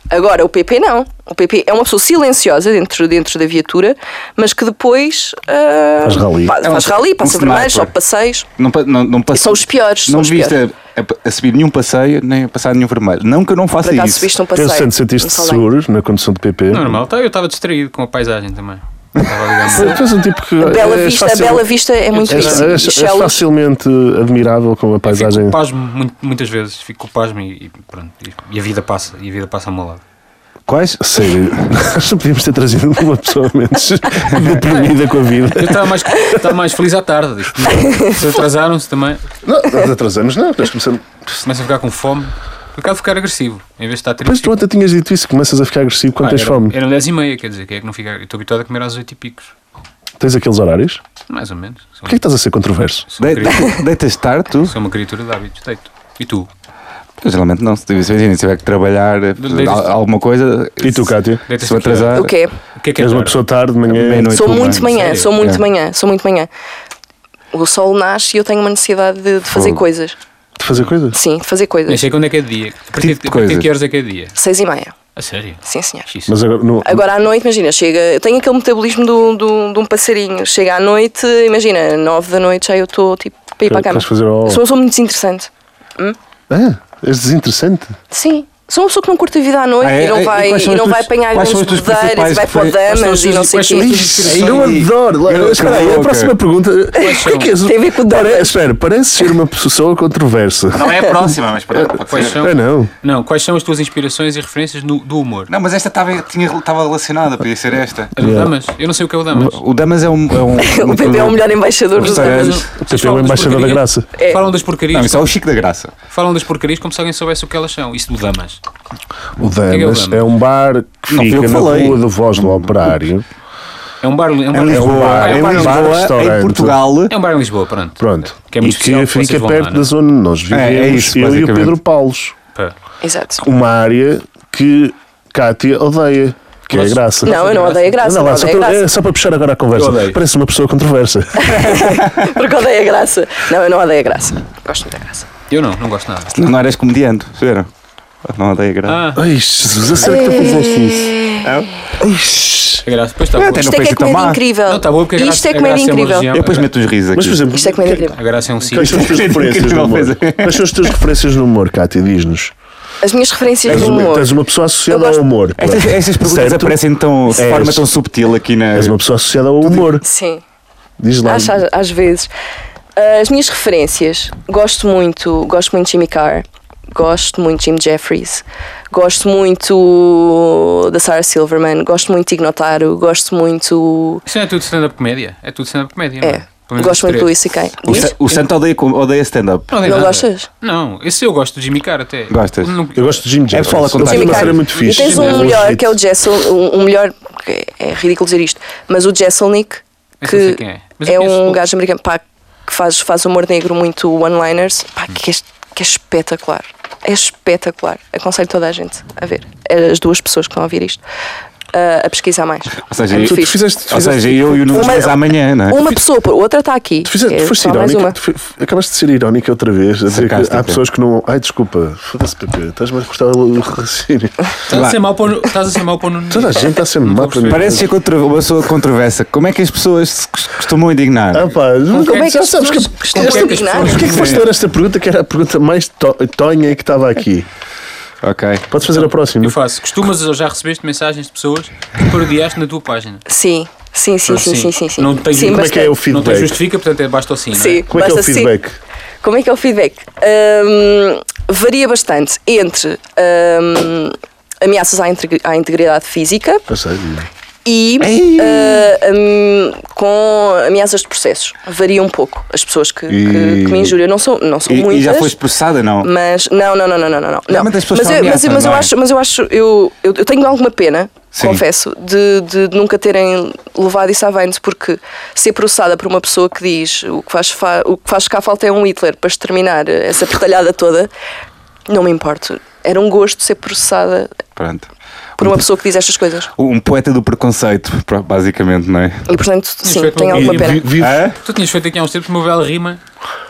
E: Agora, o PP não. O PP é uma pessoa silenciosa dentro, dentro da viatura, mas que depois. ah,
D: Faz rally.
E: Faz,
B: É um-
E: faz rali,
B: um
E: passa
B: sniper.
E: vermelho, sobe passeios.
B: Não, pa- não, não passe-
E: São os piores, são
B: Não
E: os
B: viste A, a- a subir nenhum passeio, nem a passar nenhum vermelho. Não que eu não faça
E: Por acaso
B: isso. [LAUGHS]
E: subiste um passeio.
D: pensando, sentiste-te
E: Não sei bem.
D: seguros na condução de PP?
A: Normal. Tá, eu estava distraído com a paisagem também. Estava ligado.
D: Tu és um tipo que.
E: A Bela,
B: É
D: és
E: vista,
D: fácil-
E: a bela vista é muito
D: És,
E: isso.
D: és- és facilmente admirável com a
A: Fico
D: paisagem.
A: com pasmo mu- muitas vezes. Fico com pasmo e, e pronto. E, e a vida passa. E a vida passa ao meu lado.
D: Quais? [LAUGHS] Sério, nós não podíamos ter trazido uma pessoa menos [LAUGHS] deprimida com a vida.
A: Eu estava mais, estava mais feliz à tarde. Se atrasaram-se também.
D: Não, nós atrasamos, não. Nós começamos.
A: Começo a ficar com fome. Por acaso ficar agressivo. Em vez de estar
D: Mas
A: triste.
D: tu ontem tinhas dito isso, começas a ficar agressivo quando
A: Ah,
D: tens
A: era,
D: fome.
A: Era 10 e meia, quer dizer, que é que não fica. Eu estou habituado a comer às 8 e picos.
D: Tens aqueles horários?
A: Mais ou menos. Sou,
D: Porquê é que estás a ser controverso?
A: sou, uma,
B: De,
D: [LAUGHS]
A: criatura,
B: deitas tarde, tu?
A: sou uma criatura de hábitos, deito. E tu?
B: Eu geralmente não. Se tiver, se imagina, se tiver que trabalhar, fazer al- alguma coisa.
D: E tu,
B: se-
D: Cátia?
A: Deitas
B: Se eu atrasar.
E: O quê?
A: O que é que é
D: És uma
A: tarde?
D: pessoa tarde, de manhã.
B: Meia-noite,
E: Sou
B: uma.
E: muito manhã,
A: sério?
E: sou muito
B: É.
E: manhã, sou muito manhã. O sol nasce e eu tenho uma necessidade de, de fazer
B: Fogo.
E: coisas.
D: De fazer coisas?
E: Sim, de fazer
A: Nem
E: coisas.
A: sei quando é que é de dia. A partir,
B: tipo de
A: a partir de
B: coisas?
A: que horas é que é de dia?
E: Seis e meia.
A: A sério?
E: Sim, senhor.
A: X.
D: Mas agora. No,
E: Agora à noite, imagina, chega. Eu tenho aquele metabolismo do, do, de um passarinho. Chega à noite, imagina, nove da noite já eu estou tipo para ir para a cama.
D: Vais fazer ao-
E: Sou uma pessoa muito desinteressante.
D: Ah, és desinteressante.
E: Sim. Sou uma pessoa que não curte a vida à noite
B: Ah, é?
E: e não
B: E
E: vai,
B: quais são
E: e
B: as
E: não
B: tuas-
E: vai apanhar
B: quais são
E: grandes
B: as tuas
E: bodeiras,
B: principais
E: vai para o
B: referências?
E: damas
A: Quais
E: e
A: são
E: não
A: as
E: sei o
A: tuas- quais
E: quê.
A: são as tuas
D: Ai, eu
A: impressões?
D: adoro.
B: Eu- eu-
D: espera aí, a
B: eu-
D: próxima
B: eu-
D: pergunta.
A: são?
D: que és-
E: Tem a ver com
D: Pare-
E: damas.
D: Espera, parece ser uma pessoa controversa.
B: Não é a próxima, mas [LAUGHS] pronto.
A: Quais são?
D: Ah, não.
A: Não, quais são as tuas inspirações e referências no- do humor?
B: Não, mas esta estava tinha- estava relacionada, podia ser esta.
A: As damas? Eu não sei o que é o damas.
B: O Damas é um. É um
E: [LAUGHS] O PP é o melhor embaixador dos
B: restaurante.
E: damas.
A: Vocês
D: Tem
A: falam
D: uma
A: das
D: embaixada da
A: porcarias-
D: graça.
A: Falam das
B: Não,
A: porcarias.
B: isso é o Chico da Graça.
A: Falam das porcarias como se alguém soubesse o que elas são. Isso do damas.
D: O
A: é que é o
D: Damas
A: Damas?
D: é um bar que
B: Não, fui eu
D: fica
B: que
D: na
B: falei.
D: rua da voz do operário.
A: É um bar. É um bar,
B: Em
A: é
B: Lisboa,
A: um bar,
B: em
A: é um bar,
B: Lisboa, em
D: restaurante.
B: Portugal.
A: é um bar em Lisboa, pronto.
D: Pronto.
A: Que é muito
D: e
A: especial,
D: que
A: que vocês
D: fica
A: vão lá,
D: perto
A: não é?
D: da zona onde nós vivemos,
B: É, é isso,
D: eu e o
B: basicamente.
D: Pedro Paulos.
A: Pá.
E: Exato.
D: Uma área que Cátia odeia, que é a
A: Mas-
D: graça.
E: Não, eu não odeio a graça.
D: Anda
E: Não,
D: lá, só,
E: odeio a
D: pra-
E: graça.
D: é só para puxar agora a conversa.
A: Eu odeio.
D: Parece uma pessoa controversa.
E: Porque odeio a graça. Não, eu não odeio a graça. Gosto muito da graça.
A: Eu não, não gosto nada.
B: Não, não eras comediante, perceberam? Não odeia graça.
A: Ah,
D: [LAUGHS] Ai, Jesus, a sério que tu fizeste
E: é
D: isso?
A: a graça. Depois está boa.
B: Eu até Não foi
E: Isto é que é
B: assim tão
E: comédia
B: má.
E: incrível.
A: Não, está boa porque a graça,
E: Isto é
A: a
E: comédia
A: graça é uma
E: incrível.
A: região-
B: Eu depois meto uns risos aqui.
D: Mas, por exemplo,
E: Isto é comédia
D: que-
E: incrível.
A: A graça é um sítio.
D: quais são as [LAUGHS] tuas referências no humor?
B: Coisa.
D: Quais são as tuas referências no humor, Cátia? Diz-nos.
E: As minhas referências
D: És
E: É do
D: uma,
E: humor.
D: tens uma pessoa associada
E: Eu gosto-
D: ao humor.
B: Estas,
D: pronto.
B: estas perguntas
D: Certo?
B: aparecem tão, de
D: És.
B: forma tão subtil aqui na.
D: És uma pessoa associada ao humor.
E: Sim.
D: Diz lá.
E: Acho, às, Ah, às vezes. As minhas referências. Gosto muito, gosto muito de Jimmy Carr. Gosto muito de Jim Jeffries, gosto muito da Sarah Silverman, gosto muito de Ignotaro, gosto muito.
A: Isso não é tudo stand-up comédia? É tudo stand-up comédia, não
E: É,
A: Pelo menos
E: gosto
A: os
E: muito
A: três.
E: do Luís e quem?
B: O, Sa- o Santo odeia, com- odeia stand-up.
A: Não,
E: Não
A: nada.
E: gostas?
A: Não, esse eu gosto do Jimmy Carr até.
B: Gostas?
A: Não-
D: Eu gosto de
E: É
D: Jim Jeffries.
B: pessoal a
D: Ele
B: contar.
D: tem
E: Jimmy
D: uma
E: Carr.
D: série muito
E: E
D: fixe.
E: tens
D: Sim,
E: um
D: é
E: melhor,
D: hit.
E: que é o Jessel, um, um melhor, é, é ridículo dizer isto, mas o Jesselnik,
A: Esse eu sei
E: que
A: quem é. Mas eu
E: é
A: conheço
E: um
A: pouco.
E: gajo americano pá, que faz, faz humor negro muito one-liners, pá, que, é, que é espetacular. É espetacular. Aconselho toda a gente a ver. As duas pessoas que estão a ouvir isto. ah, a pesquisar mais.
B: Ou seja,
E: é
B: eu-
E: muito
D: Tu
E: fixe.
D: fizeste, tu
B: Ou
D: fizeste,
B: seja, eu e o Nuno
E: Uma-
B: mas amanhã, não é?
E: Uma pessoa por outra está aqui.
D: tu fizeste,
E: É
D: tu foste
E: só mais
D: irónica,
E: uma.
D: tu fi- acabaste de ser irónica outra vez. A dizer que
B: Sarcástica.
D: há pessoas que não. Ai, desculpa, foda-se, Pepe, estás-me a cortar o raciocínio.
A: Estás a ser mau para o- estás a ser mau para o
B: [LAUGHS]
A: Nuno.
D: Toda a gente está a ser má para mim.
E: um-
B: Parece ser contra- uma pessoa controversa. Como é que as pessoas se cos- costumam indignar?
D: Ah, pá, nunca
E: Como é que
D: já
E: as
D: sabes que.
E: pessoas costumam
D: esta-
E: indignar?
D: Porquê é que foste ler esta pergunta, que era a pergunta mais to- tonha que estava aqui? Ah.
B: Ok.
D: Podes fazer a próxima?
A: Eu faço. Costumas ou já recebeste mensagens de pessoas que parodiaste na tua página?
E: Sim, sim,
D: Tipo
E: sim, sim,
D: assim,
E: sim, sim, sim.
A: Não tens-
E: sim,
A: como
D: Como é que é o
E: bastante.
A: Não tem
D: feedback?
A: justifica, portanto é basta o sim, não é?
E: Sim, assim,
D: Como é que é o
E: basta sim.
D: feedback?
E: Como é que é o feedback? Hum, varia bastante entre hum, ameaças à, integri- à integridade física
D: Eu sei.
E: e ah, hum, com ameaças de processos. Varia um pouco as pessoas que, que- que me injuriam. Não são, não são
B: E,
E: muitas.
B: e já foste processada, não?
E: Mas não, não, não, não, não, não. não.
B: Normalmente as pessoas
E: mas,
B: são
E: eu, mas,
B: ameaçam,
E: eu- mas eu
B: não é?
E: acho, mas eu acho, eu, eu, eu tenho alguma pena,
B: Sim.
E: confesso, de, de nunca terem levado isso avante, porque ser processada por uma pessoa que diz o que faz, fa- o que faz cá falta é um Hitler para exterminar essa pertalhada toda, não me importo. Era um gosto ser processada
B: Pronto.
E: por uma pessoa que diz estas coisas.
B: Um poeta do preconceito, pro- basicamente, não é? Ah?
E: E portanto, sim,
A: feito
E: tenho
A: um-
E: alguma
A: e-
E: pena.
D: Vi- vi-
B: Hã?
A: Tu tinhas feito aqui há uns tempos uma bela rima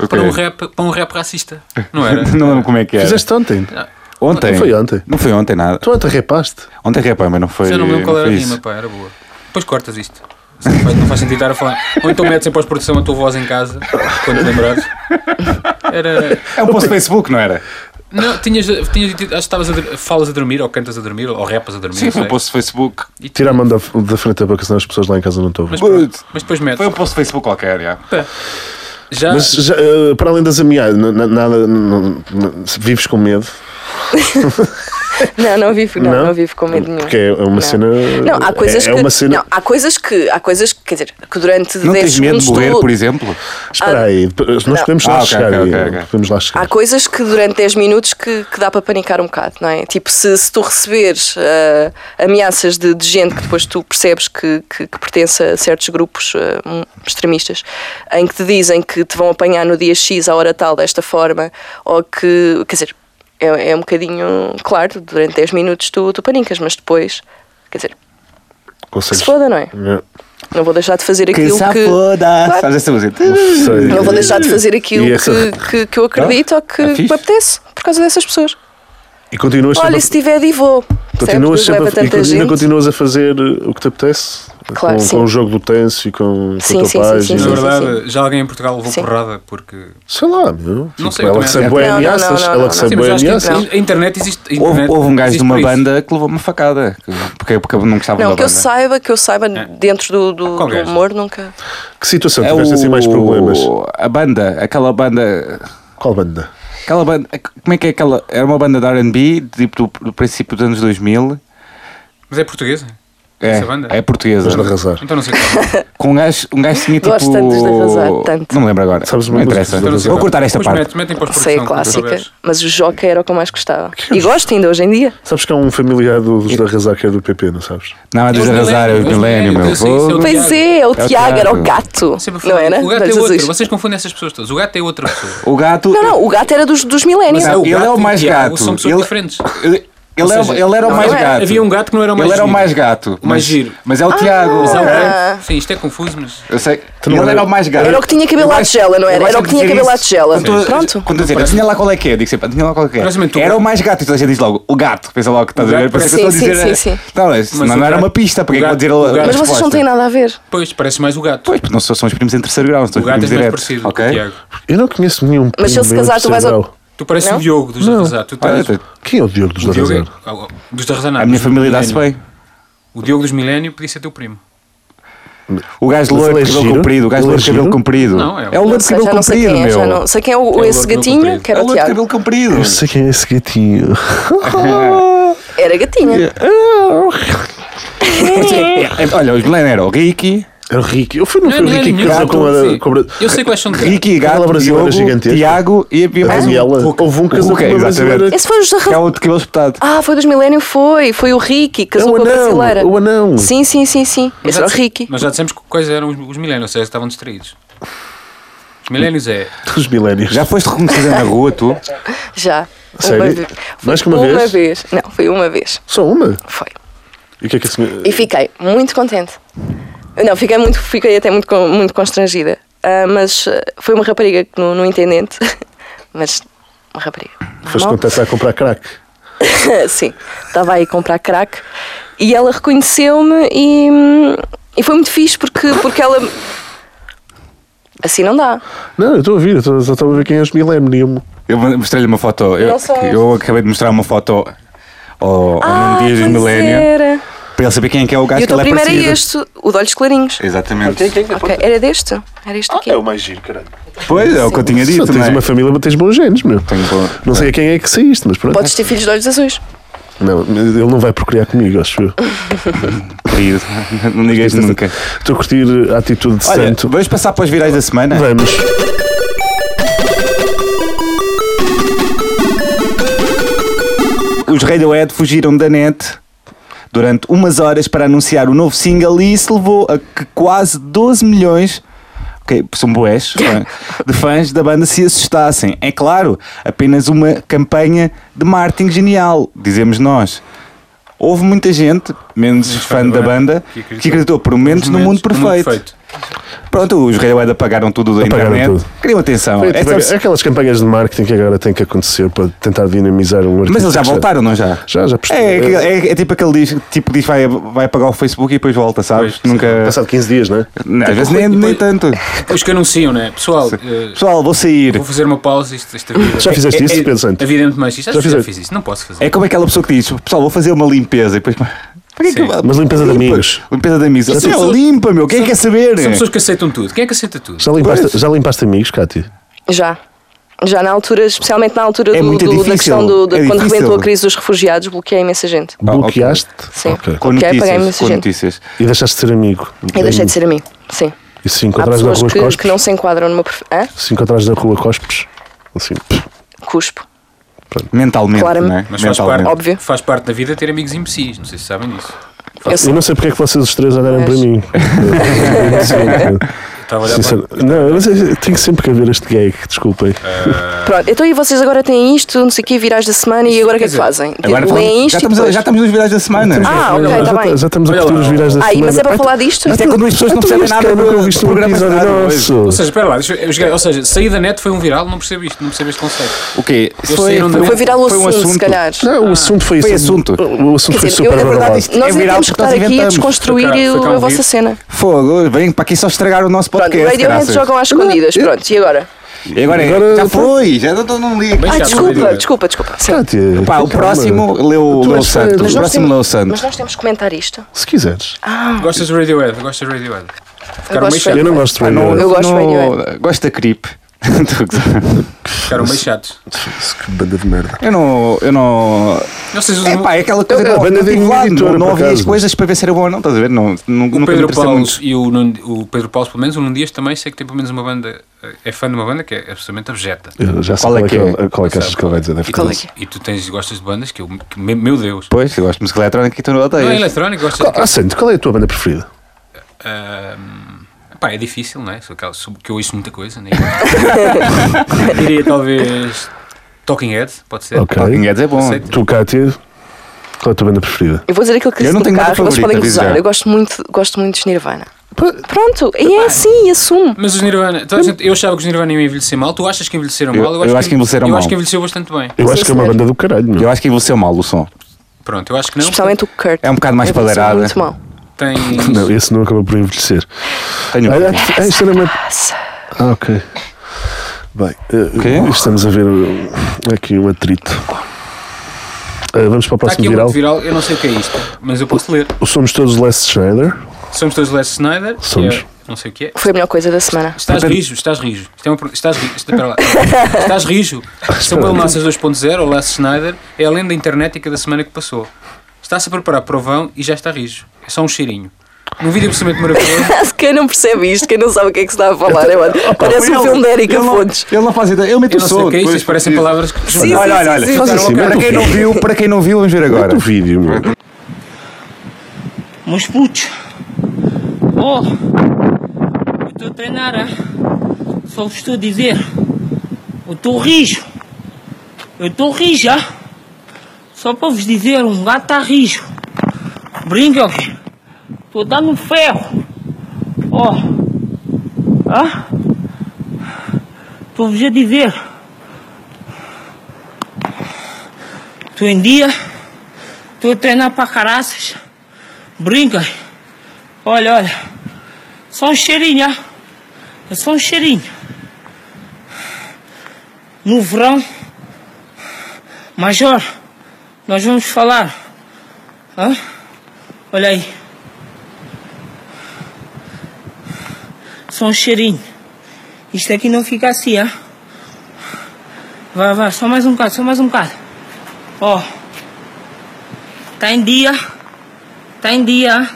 A: para, um rap, para um rap racista, não era?
B: [LAUGHS] Não lembro como é que era.
D: Fizeste ontem.
B: Ontem?
D: Não foi ontem. Então-
B: Não foi ontem nada.
D: Tu ontem repaste.
B: Ontem repara, mas não foi.
A: Já não me lembro qual
B: não
A: era a
B: foi
A: rima,
B: isso.
A: pá, era boa. Depois cortas isto. Isso Não faz, não faz sentido estar a falar. Ou então metes em pós-produção a tua voz em casa, quando te lembrares. Era.
B: É um post Facebook, não era?
A: Não, tinhas, tinhas dito- acho que estavas a, dur- falas a dormir, ou cantas a dormir, ou rapas a dormir.
B: Sim,
A: não
B: foi um
A: sei.
B: post Facebook.
D: Tira a mão da, da frente da boca, senão as pessoas lá em casa não estão a ouvir.
A: Mas, pronto, mas depois metes.
B: Foi um post Facebook qualquer, já.
A: Já,
D: Mas já, eh, para além das ameaças, n- n- nada. n- n- se vives com medo?
E: Não, não vivo, não,
D: Não?
E: não, vivo com medo nenhum.
D: Porque é uma
E: Não.
D: cena.
E: Não, há coisas
D: é, é
E: que.
D: uma cena.
E: Não, há coisas que. Há coisas que. Quer dizer, que durante
B: Não
E: 10
B: tens medo de
E: segundos
B: morrer,
E: tu-
B: por exemplo?
D: Espera aí, nós podemos lá
B: Ah, ok,
D: chegar.
B: ok,
D: eh,
B: ok, ok.
D: Podemos lá
E: Há
D: chegar.
E: coisas que durante 10 minutos que, que dá para panicar um bocado, não é? Tipo, se, se tu receberes ah, ameaças de, de gente que depois tu percebes que, que, que pertence a certos grupos ah, hum, extremistas, em que te dizem que te vão apanhar no dia X à hora tal, desta forma, ou que. Quer dizer, é, é um bocadinho. Claro, durante 10 minutos tu, tu panicas, mas depois. Quer dizer, que
D: Consegues.
E: se foda, não é?
D: Não
E: Não vou deixar de fazer aquilo que.
B: foda!
E: Claro.
B: Faz essa música. Hum.
D: sei.
E: Não vou deixar de fazer aquilo
D: E essa-
E: que, que, que eu acredito ou que
B: é fixe.
E: me apetece por causa dessas pessoas.
D: E continuas
E: Olha,
D: sempre,
E: se tiver de vou.
D: continuas
E: Percebes?
D: sempre
E: Leva
D: a, e
E: tanta
D: continua-
E: gente.
D: continuas a fazer eh, o que te apetece?
E: Claro,
D: com,
E: sim.
D: com o jogo do tenso e com, com
E: Sim,
D: a tua
E: sim, sim,
D: página.
A: na
E: sim,
A: verdade,
E: sim,
A: já alguém em Portugal levou
E: Sim.
A: porrada porque.
D: Sei lá, meu.
A: Não
D: Tipo,
A: sei, eu
D: ela
A: também
D: recebe
A: acho.
D: boas
E: Não, não,
D: ameaças.
E: não, não,
D: Ela
E: não.
A: Sim,
D: recebe
A: mas
D: boas
A: eu acho que
D: ameaças.
A: a internet existe. a
B: Houve,
A: internet
B: houve um gajo de
A: existe
B: uma
A: para isso.
B: banda que levou uma facada que- porque, porque não gostava
E: Não,
B: da
E: que eu
B: banda.
E: saiba, que eu saiba dentro do, do,
A: Qual
E: do
A: gajo?
E: humor, nunca.
D: Que situação
B: É
D: tiveste assim mais problemas?
B: A banda, aquela banda.
D: Qual banda?
B: Aquela banda. Como é que é aquela. Era uma banda de RB, tipo do, do princípio dos anos 2000.
A: Mas é portuguesa?
B: É,
A: Essa banda?
B: é portuguesa.
D: Vamos arrasar.
A: Então não sei qual. é.
B: Com um gajo, um gajo tinha tipo.
E: Gosto tanto de arrasar, tanto.
B: Não me lembro agora.
D: Sabes uma
B: não
D: música
B: interessa.
D: de arrasar?
B: Vou cortar esta
A: Depois
B: parte.
A: metes- metem para os
E: Sei a clássica, mas o Joca era o que eu mais gostava. E gosto ainda hoje em dia.
D: Sabes que há um familiar dos da Arrasar que é do PP, não sabes?
B: Não, é
A: É
B: dos
A: os
B: arrasar, é o
A: millennials,
B: milénio, meu.
A: eu sei, isso é o
B: Vou-
E: Pois é, é o
B: Tiago.
E: Tiago, era o gato.
A: Sempre
E: Não
A: falei,
E: era?
A: O gato
E: Não,
A: é outro.
E: Jesus.
A: Vocês confundem essas pessoas todas. O gato é outra pessoa.
B: O gato.
E: Não, não, o gato era dos, dos milénios.
A: Mas é o
B: Ele
A: gato
B: é o
A: e o
B: mais
A: Tiago
B: gato.
A: são pessoas
B: Ele-
A: diferentes.
B: Ele, ele
A: Ou
B: é o-
A: seja,
B: ele era o
E: não
B: mais
E: era.
B: gato.
A: Havia um gato que não era o mais
B: Ele era o
A: giro.
B: mais gato.
A: O mais
B: mas-
A: giro.
B: Mas é o Tiago.
A: Mas há um
E: Ah.
A: gato- Sim, isto é confuso, mas.
B: Eu sei.
D: não
B: Ele
D: era-
B: era o mais gato.
E: Era o que tinha cabelo
B: Eu
E: à
B: gosto-
E: tigela, não
B: eu
E: era?
B: gosto
E: Era o
B: de
E: que tinha
B: dizer
E: cabelo à
B: isso.
E: tigela.
B: Quando tu-
E: Pronto.
B: Quando tu dizes, adivinha lá qual é que é, digo sempre, adivinha lá qual é que é.
A: Curiosamente, o
B: Era
A: gato-
B: o mais gato, e toda a gente diz logo, o gato, pensa logo que estás a
A: O
B: ver,
A: gato
B: parece que eu
E: parece-
B: estou a dizer.
E: Sim, sim, sim.
B: Não, isso
A: Mas
B: não,
A: o
B: não era
A: gato-
B: uma pista, porque é que eu vou
A: o
B: dizer
A: gato-
B: a- a
E: Mas vocês não
B: resposta?
E: têm nada a ver.
A: Pois, parece mais o gato.
B: Pois, porque não são, são os primos em terceiro grau, são
A: O
B: os
A: gato
B: primos
A: é mais
B: diretos.
A: parecido com o
B: ok?
A: Tiago.
D: Eu não conheço nenhum.
E: Mas se ele se
D: primo meu
E: casar,
D: de
E: tu vais ao-
D: Cebrau.
A: Tu pareces o
E: Não?
A: Diogo dos Arrasar. Tu
B: Olha,
A: tens.
D: Quem é o Diogo dos
A: O
D: da
A: Diogo
D: Arrasar?
A: é- ah, Dos Arrasar, não,
B: a minha
A: dos
B: família
A: do
B: dá-se
A: Milénio.
B: bem.
A: O Diogo dos Milénio podia ser teu primo.
B: O gajo
D: Mas
B: loiro
D: ele
B: de
D: é
B: cabelo
D: giro?
B: comprido, o gajo
D: Ele é
B: loiro de cabelo
D: giro?
B: comprido.
A: Não, é o-
B: é o loiro de
E: sei,
B: cabelo
E: já não sei
B: comprido,
E: quem é, já
B: meu.
E: não sei quem é o-
A: o
E: esse
A: loiro do cabelo
E: gatinho,
A: comprido.
E: que
B: É
E: era
B: o
E: o
B: loiro de
E: Tiago.
B: cabelo comprido.
D: Eu sei quem é esse [LAUGHS] gatinho.
E: Era gatinho.
B: É, Olha, o Glenn era o Ricky,
D: Era o Ricky. Eu fui, não foi o
A: Não, não
D: Ricky
A: era
D: que
A: nenhum. é um
D: casou com a.
A: Sim.
D: com a-
A: Eu sei quais são de cá.
B: Ricky,
D: Aquela
B: Gato,
D: brasileira
B: Diogo,
D: gigantesca.
B: Tiago e havia mais um.
D: Daniela.
B: Hulk.
D: Houve um casamento
B: Hulk,
D: com uma
B: exatamente.
D: brasileira.
E: Esse foi os da
B: Que é o de cabelo espetado.
E: Ah, foi dos Millennium, foi. Foi o Ricky,
D: É
E: casou
D: o
E: com a brasileira.
D: anão. O anão.
E: Sim, sim, sim, sim. Esse era o Ricky.
A: Mas já dissemos que quais eram os, os milénios, ou seja, estavam distraídos. Milénios é.
D: Dos milénios.
B: Já foste reconhecida na rua, tu?
E: Já.
D: Sério?
E: Uma vez.
D: Mais que uma vez?
E: vez. Não, foi uma vez.
D: Só uma.
E: Foi.
D: E o que é que esse.
E: E fiquei muito contente. Não, fiquei, muito, fiquei até muito, con- muito constrangida. Ah, mas ah, foi uma rapariga que no, no intendente. [LAUGHS] mas uma rapariga.
D: Foste
E: normal.
D: contactar a comprar crack.
E: [LAUGHS] Sim, estava aí a comprar crack e ela reconheceu-me e, e foi muito fixe porque, porque ela. Assim não dá.
D: Não, eu estou a ouvir, eu estou- só estava a ver quem é os Millennium.
B: Eu mostrei-lhe uma foto. Eu,
E: Não são
B: que-
E: estes.
B: eu acabei de mostrar uma foto ao, ao
D: um
B: Nuno Dias dos
E: pois
B: Millennium
E: Ah, era.
B: para ele saber quem é que é o
E: E
D: Ah, então
B: gajo que
E: o teu
B: ele é
E: primeiro
B: parecido.
E: é este, o de olhos clarinhos.
B: Exatamente.
E: Ok, Era deste? Era este aqui?
D: É mais giro, caralho.
B: Pois, é o que eu tinha dito.
D: Só tens
B: não é?
D: uma família, mas tens bons genes, meu.
B: Tenho bom-
D: Não sei a quem é que saíste, mas pronto.
E: Podes ter filhos de olhos azuis.
D: Não, ele não vai procriar comigo, acho eu.
B: [LAUGHS] Querido, não digas nunca.
D: Estou a curtir a atitude de
B: Olha,
D: santo.
B: vamos passar para os virais da semana?
D: Vamos.
B: Os Radiohead fugiram da net durante umas horas para anunciar o novo single e isso levou a que quase 12 milhões ok, são boés fã- de fãs da banda se assustassem. É claro, apenas uma campanha de marketing genial, dizemos nós. Houve muita gente, menos fã da banda,
A: que acreditou.
B: que acreditou por momentos no mundo perfeito. Pronto, os Radiohead apagaram tudo da
D: Apagaram
B: internet.
D: tudo.
B: Queriam atenção.
D: Foi, tipo,
B: Essa- é
D: Aquelas campanhas de marketing que agora tem que acontecer para tentar dinamizar um artista.
B: Mas eles já
D: que
B: voltaram, não já?
D: Já, já percebi.
B: É, é, é, é tipo aquele diz, tipo diz vai, vai apagar o Facebook e depois volta, sabes?
A: Pois,
B: Nunca.
D: Passado 15 dias, não é?
B: Não, às vezes nem, nem
A: depois-
B: tanto.
A: Os que anunciam, né? Pessoal, eh,
B: Pessoal, vou sair.
A: vou fazer uma pausa. Isto, esta vida.
D: Já fizeste
B: É-
D: isso,
B: é-
D: Pedro Santo?
A: A vida é muito mais. Já, já,
D: fizeste?
A: fiz isso, não posso fazer.
B: É como aquela pessoa que diz: Pessoal, vou fazer uma limpeza e depois. Para que é que-
A: Sim.
D: Mas limpeza de
B: Limpa.
D: amigos.
B: Limpeza de amigos. Assim,
A: são-
B: limpa, meu. Quem é que quer saber?
A: São pessoas que aceitam tudo. Quem é que aceita tudo?
D: Já limpaste,
B: Pois.
D: já limpaste amigos, Cátia?
E: Já. Já na altura, especialmente na altura
B: É
E: do,
B: muito
E: do- da
B: difícil.
E: questão do, do-
B: É
E: quando
B: difícil.
E: rebentou a crise dos refugiados, bloqueei imensa gente.
B: Ah, ok.
D: Bloqueaste?
E: Sim.
D: Ok.
B: Com
E: Ok, apaguei
B: notícias.
E: imensa
B: Com
E: gente.
B: notícias.
D: E deixaste de ser amigo.
E: E deixei de ser a mim. Sim.
D: E se
E: Há
D: encontrares na
E: pessoas
D: rua,
E: que,
D: cospes?
E: que não se enquadram numa. prof- Hã?
D: Se encontrares na rua, cospes? Assim, pff,
E: Cuspo.
B: Mentalmente.
E: Claramente.
B: Não é?
A: Mas faz
B: Mentalmente.
A: parte,
E: Óbvio.
A: faz parte da vida ter amigos imbecis. Não sei se sabem disso.
E: Eu
D: Eu
E: sei.
D: não sei porque é que vocês os três olharam para
E: Pois. [LAUGHS]
D: mim.
A: Eu Estava a olhar
B: tá
D: Sincero. Não, eu não sei, tenho sempre que haver este gag, desculpem.
E: Pronto, então e vocês agora têm isto, não sei o quê, virais da semana e agora o que é que
A: Quer dizer,
E: fazem?
B: Agora
E: Tipo, Leem
B: falamos, já,
E: isto e
B: estamos, a-
E: depois.
B: já estamos nos virais da semana.
E: Ah, ok,
D: já, tá-
E: está bem.
D: já estamos a
A: Olha lá.
D: curtir os virais da
E: Ah, e-
D: semana.
E: mas é para
D: Ai,
E: falar disto?
B: Isto é quando as pessoas não
D: tu
B: percebem
D: viste,
B: nada
D: cara,
B: do
D: eu vi isto num
B: programa de
D: um episódio
B: rádio hoje.
D: nosso.
A: Ou seja, espera lá, deixa eu- eu cheguei- ou seja, sair da net foi um viral, não percebo isto, não percebo este conceito.
B: O quê?
A: Eles saíram da-
E: Foi virar o
B: foi um
E: assunto, se
B: assunto.
E: calhar.
D: Não, o assunto foi,
B: Foi
D: isso.
B: assunto.
D: O assunto
E: Quer
D: foi
E: dizer, eu,
D: super
E: na verdade,
D: badalado.
E: isto, nós
B: É
E: ainda
B: viral
E: temos que
B: porque
E: estar
B: nós
E: aqui a
B: inventamos.
E: desconstruir
A: Foi cá-
B: um
A: foi cá
E: a
A: ouvir.
E: vossa cena.
B: Fogo, vem para aqui só estragar o nosso
E: Pronto,
B: podcast.
E: Radiohead
B: caraças.
E: jogam às escondidas, pronto, e agora?
B: E agora, é-
D: Agora-
B: já foi, já não, não ligo.
A: Bem
E: Ah,
A: chato, não
E: desculpa,
A: digo.
E: desculpa, desculpa. Sim.
D: Cátia,
B: Pá, o
D: calma.
B: próximo
D: Tu
B: leu leu o
D: és sério.
B: Santo.
D: Mas
B: O
E: nós
B: próximo
E: temos-
B: leu o
E: Mas
B: Santo.
E: nós temos que comentar isto.
D: Se quiseres.
A: Gostas do Radiohead? Gostas do Radiohead? Ficaram meio
E: gosto de
A: chatos.
D: Eu É, não gosto de
B: Pá, não-
E: Eu gosto
B: não-
E: bem,
B: Gosto da creep. [LAUGHS] Estou a gozar.
A: Ficaram meio chatos.
D: Que banda de merda.
B: eu não. Eu não.
A: Não sei se os-
B: É pá, é aquela coisa
D: Eu-
B: que
D: a
B: não,
D: banda
B: não
D: tem
B: tive lá,
D: editora,
B: não, não
D: por
B: ouvi as
D: acaso.
B: coisas para ver se era bom ou não, estás a ver? Não, nu-
A: o
B: nunca me
A: Pedro
B: interessei
A: Paulo
B: muito.
A: e o, Nuno- o Pedro Paulo, pelo menos o Nuno Dias também sei que tem pelo menos uma banda, é fã de uma banda que é absolutamente abjeta.
D: Eu já sei
B: Qual é
D: qual é que,
B: que
D: ele- qual é que achas que ele vai dizer. Deve
E: E qual é
D: ter-
E: que é?
A: E tu tens, gostas de bandas que eu, que, me- meu Deus.
B: Pois, eu gosto de música eletrónica e tu não
A: Não é
B: odeias.
A: eletrónico, gostas
D: Qual-
A: de...
D: Ah, Santo, qual é a tua banda preferida?
A: Ahm, pá, é difícil, não é? Sou aquela, sou, que eu ouço muita coisa, né?
B: [LAUGHS]
A: Diria talvez Talking Heads, pode ser.
D: Ok.
B: Talking Heads é bom.
A: Aceito.
D: Tu, Cátia, qual é a tua banda preferida?
E: Eu vou dizer aquilo que
B: Eu
E: disse
B: não
E: no
B: tenho nada
E: carro, eles
B: favorito,
E: podem
B: aviso
E: gozar.
B: já.
E: Eu gosto muito, gosto muito dos Nirvana. Pronto, e é assim, assumo.
A: Mas os Nirvana, toda a gente- eu achava que os Nirvana iam envelhecer mal, tu achas que envelheceram
B: Eu-
A: mal?
B: eu acho que envelheceram
A: eu
B: mal.
A: acho que envelheceu bastante bem.
D: Eu
E: Sim,
D: acho que é uma
E: senhor.
D: banda do caralho, meu.
B: Eu acho que envelheceu mal o som.
A: Pronto, eu acho que não.
E: Especialmente o Kurt.
B: É um bocado mais
E: Eu pensei
B: padeirada.
E: Muito mal.
A: Tem.
B: [LAUGHS]
D: Não, esse não acabou por envelhecer.
B: Tenho.
D: Ah, ah, isto era uma...
E: Nossa.
D: Ah, ok. Bem, eh,
B: Quê?
D: estamos a ver uh, aqui um atrito. Ah, vamos para o
A: Está
D: próximo
A: aqui um
D: viral.
A: outro viral, eu não sei o que é isto, mas eu posso ler.
D: Somos todos Les Schneider.
A: Somos todos Les Snyder. que
D: Somos.
A: é- Não sei o que é.
E: Foi a melhor coisa da [LAUGHS] semana.
A: Estás
B: Portanto-
A: rijo, estás rijo. Isto é uma, pro- estás rijo. Espera lá. Estás rijo. Samuel Massas 2.0, ou Les Snyder, é a lenda internética da semana que passou. Está-se a preparar para o vão e já está rijo. É só um cheirinho. Num vídeo absolutamente maravilhoso,
E: Quem não percebe isto, quem não sabe o que é que se está a falar, é, mano, parece um filme da Erika
B: ele não-
E: Fontes.
B: Ele não faz ideia. Ele
A: eu
B: meteu
A: não sei o que é isto,
B: depois-
A: isto parecem palavras que.
E: Sim,
B: Olha, olha,
E: sim,
B: olha.
E: sim,
D: Faz assim, mete
B: Para
D: o
B: quem não
D: vídeo.
B: viu, para quem não viu, vamos ver agora.
D: Mete o vídeo, mano.
G: Муж путь. Ó, eu tô treinando, hein? só estou a dizer, eu tô rijo, eu tô rijo, hein? só para vos dizer, um gato tá rijo, brinca, filho. tô dando ferro, ó, ah, tô vos a dizer, tô em dia, tô a treinar pra caraças, Brinca. Olha, olha. Só um cheirinho, ah. É só um cheirinho. No verão, Major, nós vamos falar. Hã? Olha aí. Só um cheirinho. Isto aqui não fica assim, ah. Vai, vai, só mais um bocado, só mais um bocado. Ó. Tá em dia. Tá em dia.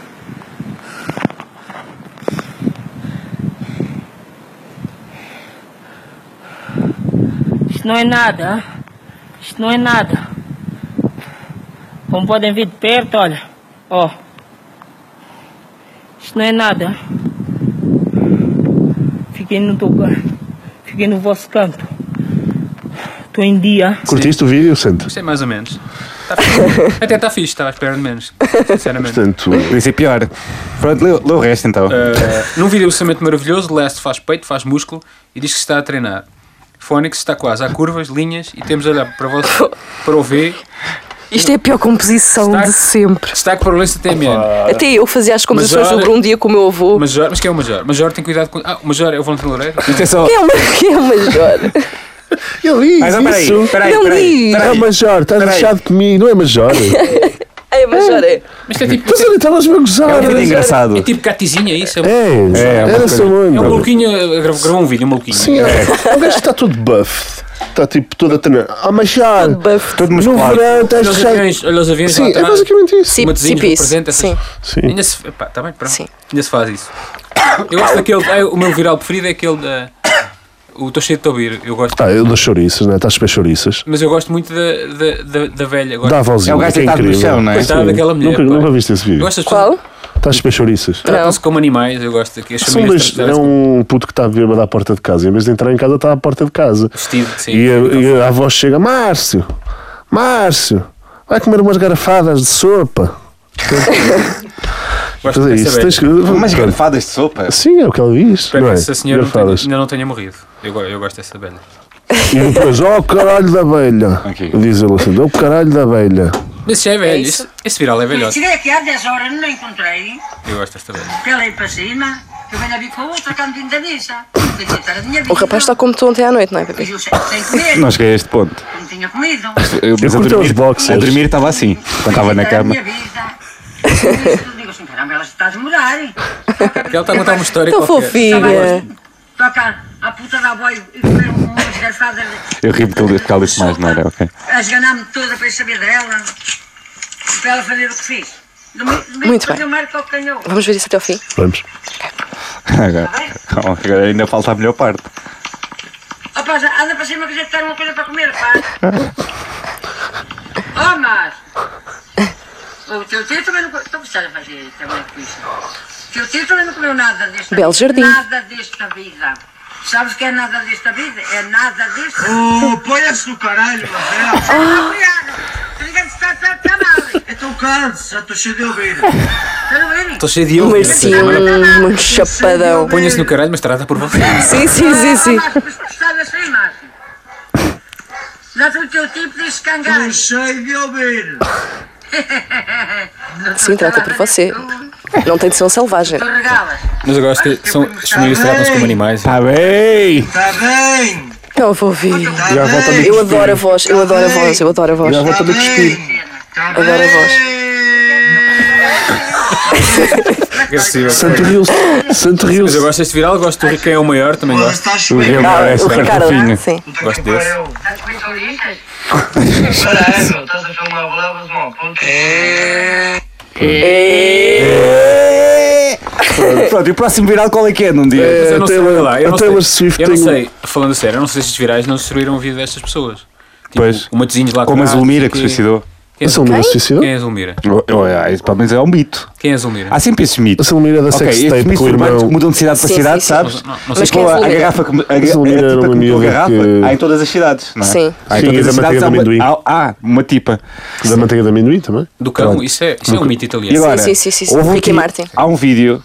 G: Isso não é nada. ah. Isso não é nada. Como podem ver de perto, olha. Ó. Isso não é nada. Fiquei no teu canto. Fiquei no vosso canto. Tô em dia.
D: Curtiste o vídeo, Santo?
A: Isto é mais ou menos. Tá fixe. Até está fixe, estava à espera de menos. Sinceramente.
D: Portanto,
B: Por isso é pior. Pronto, lê, lê o resto então.
A: Uh, num vídeo absolutamente maravilhoso, Last faz peito, faz músculo e diz que está a treinar. Fónix está quase a curvas, linhas e temos a olhar para, você, para o V.
E: Isto é a pior composição
A: Está-
E: de sempre.
A: Destaque para o Lance TMN.
E: Até eu fazia as composições
A: olha-
E: sobre um dia com o meu avô.
A: Major, mas quem é o Major? Major tem cuidado com. Ah, o Major é o Valentino Loureiro?
B: Atenção.
E: Quem é o- Quem [LAUGHS] é o Major?
D: ele diz
B: Ah, não, peraí,
D: é isso.
B: peraí,
E: Não
B: peraí,
E: diz.
B: peraí.
D: É Major, estás
B: Peraí.
D: deixado comigo, não é
B: [LAUGHS]
D: Major?
E: É, Major é.
A: Mas isto é tipo.
D: Mas ele estavas-me a
B: É
D: gozar.
B: um vídeo engraçado.
A: É tipo catizinha isso? É, um-
D: É,
B: É, uma
D: era
B: coisa-
D: só
A: é um
D: onda.
A: maluquinho. eh, Gravou, gravou um vídeo, um maluquinho.
D: Sim, é. O gajo está todo buff. Está tipo todo a treinar. Ah, Major,
E: Buff.
B: Todo
D: no
B: musculado.
D: verão estás
A: Olha os
D: cheio.
A: aviões, olha os aviões lá
D: Sim, é
A: atrás.
D: basicamente isso.
E: Sim,
A: Matezinhos
E: tipo isso.
A: representa essas-
E: Sim.
D: Sim.
A: Ainda se. Epá, está bem, pronto.
E: Sim.
A: Ainda se faz isso. Eu gosto daquele. ah, o meu viral preferido é aquele da. O Tô cheio de te ouvir. Eu gosto.
D: Ah, eu dou chouriças, né? Estás super chouriças.
A: Mas eu gosto muito da, da, da, da velha. Gosto,
D: Dá a vozinha.
B: É o gajo
D: que é
B: deitado no
D: incrível.
B: chão, não é?
A: Coitado daquela mulher,
D: Nunca,
A: pá.
D: nunca viste esse vídeo.
A: gosto das pessoas
E: Qual?
D: Estás super chouriças.
A: que tratam-se como animais. Eu gosto que as
D: São
A: famílias
D: dois, é
A: tratam-se
D: um puto que está bêbado à porta de casa. Em vez de entrar em casa, está à porta de casa.
A: vestido. Sim.
D: E a, e a avó chega: Márcio, Márcio, vai comer umas garrafadas de sopa.
A: Gosto
D: Mas é
A: dessa
D: isso.
A: velha.
D: Tens que... [LAUGHS]
B: Umas
D: Pronto.
B: garfadas de sopa.
D: Sim, é o que ela diz.
A: Espero
D: não
A: que
D: é?
A: essa senhora não tenha-
D: Garfadas.
A: ainda não tenha morrido. Eu, go- eu gosto dessa velha.
D: E depois, ó caralho da abelha.
B: Ok.
D: Diz ele assim: ó caralho da abelha.
A: Mas isso já é velho.
E: isso?
A: Esse, esse viral é velhote.
G: Cheguei aqui há 10 horas, não a encontrei.
A: Eu gosto desta velha.
G: Aquela aí para cima, eu venho a vir com outra cantinta dessa.
E: O rapaz tá está como tu ontem à noite, não é, Pepe?
G: Eu sem comer,
B: Não cheguei a este ponto.
G: não tinha comido.
B: Eu, mas
D: Eu
B: a
D: curto
B: dormir,
D: os boxers.
B: a dormir estava assim, quando estava na
G: Era a
B: cama.
G: minha vida. Eu digo assim, caramba, ela está a demorar. hein? assim,
A: Ela está a contar uma história
E: Tão
A: qualquer.
E: fofinha.
G: Toca a puta da boia e um comer umas garfadas.
B: Eu ri porque ele- porque ele disse mais, não era? Ok. [LAUGHS]
G: A esganar-me toda para eu saber dela. Para ela fazer o que fiz.
E: Muito bem.
G: Eu marco ao canhão.
E: Vamos ver isso até ao fim.
D: Vamos.
B: Agora, agora ainda falta a melhor parte.
G: Rapaz, anda para cima que a gente tem uma coisa para comer, rapaz. oh, mas... O teu tio também não... Estou a fazer também com isso. O teu tio também não comeu nada desta
E: Belo
G: vida.
E: jardim.
G: Nada desta vida. Sabes o que é nada desta vida? É nada desta vida. Ah. Tá
H: Ô, põe-se no caralho, Marcelo. Então cansa, já estou cheio de ouvir.
G: Tá
A: Estou cheio de
E: Um
A: eu.
E: ursinho,
A: é
E: um chapadão.
A: Ponha-se no caralho, mas trata por você.
E: Sim, sim, sim, sim.
G: Ah, Dá-te o teu tipo de escangar.
H: Estou cheio de ouvir.
E: Sim, trata por você. Não tem de ser um selvagem.
G: Tu regalas.
A: Mas eu gosto que são, as famílias tratam-se como animais.
B: Está Tá bem!
H: Está Tá bem,
E: Eu vou ouvir.
H: está
D: E à volta
H: bem.
E: Eu adoro a voz, eu adoro a voz, eu adoro a voz.
D: Já vou [LAUGHS] também
H: bem.
D: cuspir.
H: Está
E: Adoro a voz.
H: bem.
A: Agressivo.
D: Santo Rio. Santo Rio.
A: Mas eu gosto deste viral, gosto do Riquem é o maior, também
H: Agora
A: gosto.
H: estás subindo.
E: Ah,
A: é
E: o
A: super fofinho.
E: Ricardo, sim.
A: Gosto desse.
H: Estás com vitorista? Caralho, estás a filmar vlogs, mano.
B: Pronto, e o próximo viral qual é que é num dia?
D: É,
A: eu não
D: a
A: sei, olha
D: Taylor,
A: lá, eu
D: a
A: não
D: Taylor
A: sei.
D: Swift
A: Eu não
D: tem um-
A: sei, falando a sério, eu não sei se estes virais não destruíram a vida destas pessoas. Tipo,
B: Pois.
A: o Matosinhos lá
B: Como a
A: atrás,
B: Zulmira que
A: quem-
B: se suicidou. Oh,
A: Quem,
D: A Selmira se suicidou?
A: quem é a Zulmira?
B: Pelo menos é um mito.
A: Quem é a Zulmira?
B: Há sempre esses
D: A
B: mitos.
D: Selmira da
B: Ok, estes
D: sextape
B: mitos
D: com o
B: urbanos que
D: irmão.
B: mudam de cidade para
E: Sim,
B: cidade,
E: sim,
B: sabes?
A: não, não sei
E: Mas
A: se
E: quem é
B: Pô,
E: a
B: a
E: Zulmira?
B: garrafa que a, a, a
D: Zulmira era
B: tipa
D: uma
B: que meteu a
D: miúda
B: garrafa
D: que-
B: há em todas as cidades, não é?
E: Sim.
B: Há em
D: Sim,
B: todas
D: da
B: as cidades
D: manteiga
B: há
D: de amendoim.
B: uma, há, há uma tipa.
D: Da manteiga de amendoim também.
A: do cão, isso é, isso é um mito
B: E
A: italiano.
B: agora,
E: sim, sim, sim, sim.
B: houve um
E: Ricky
B: ti-
E: Martin.
B: Há um vídeo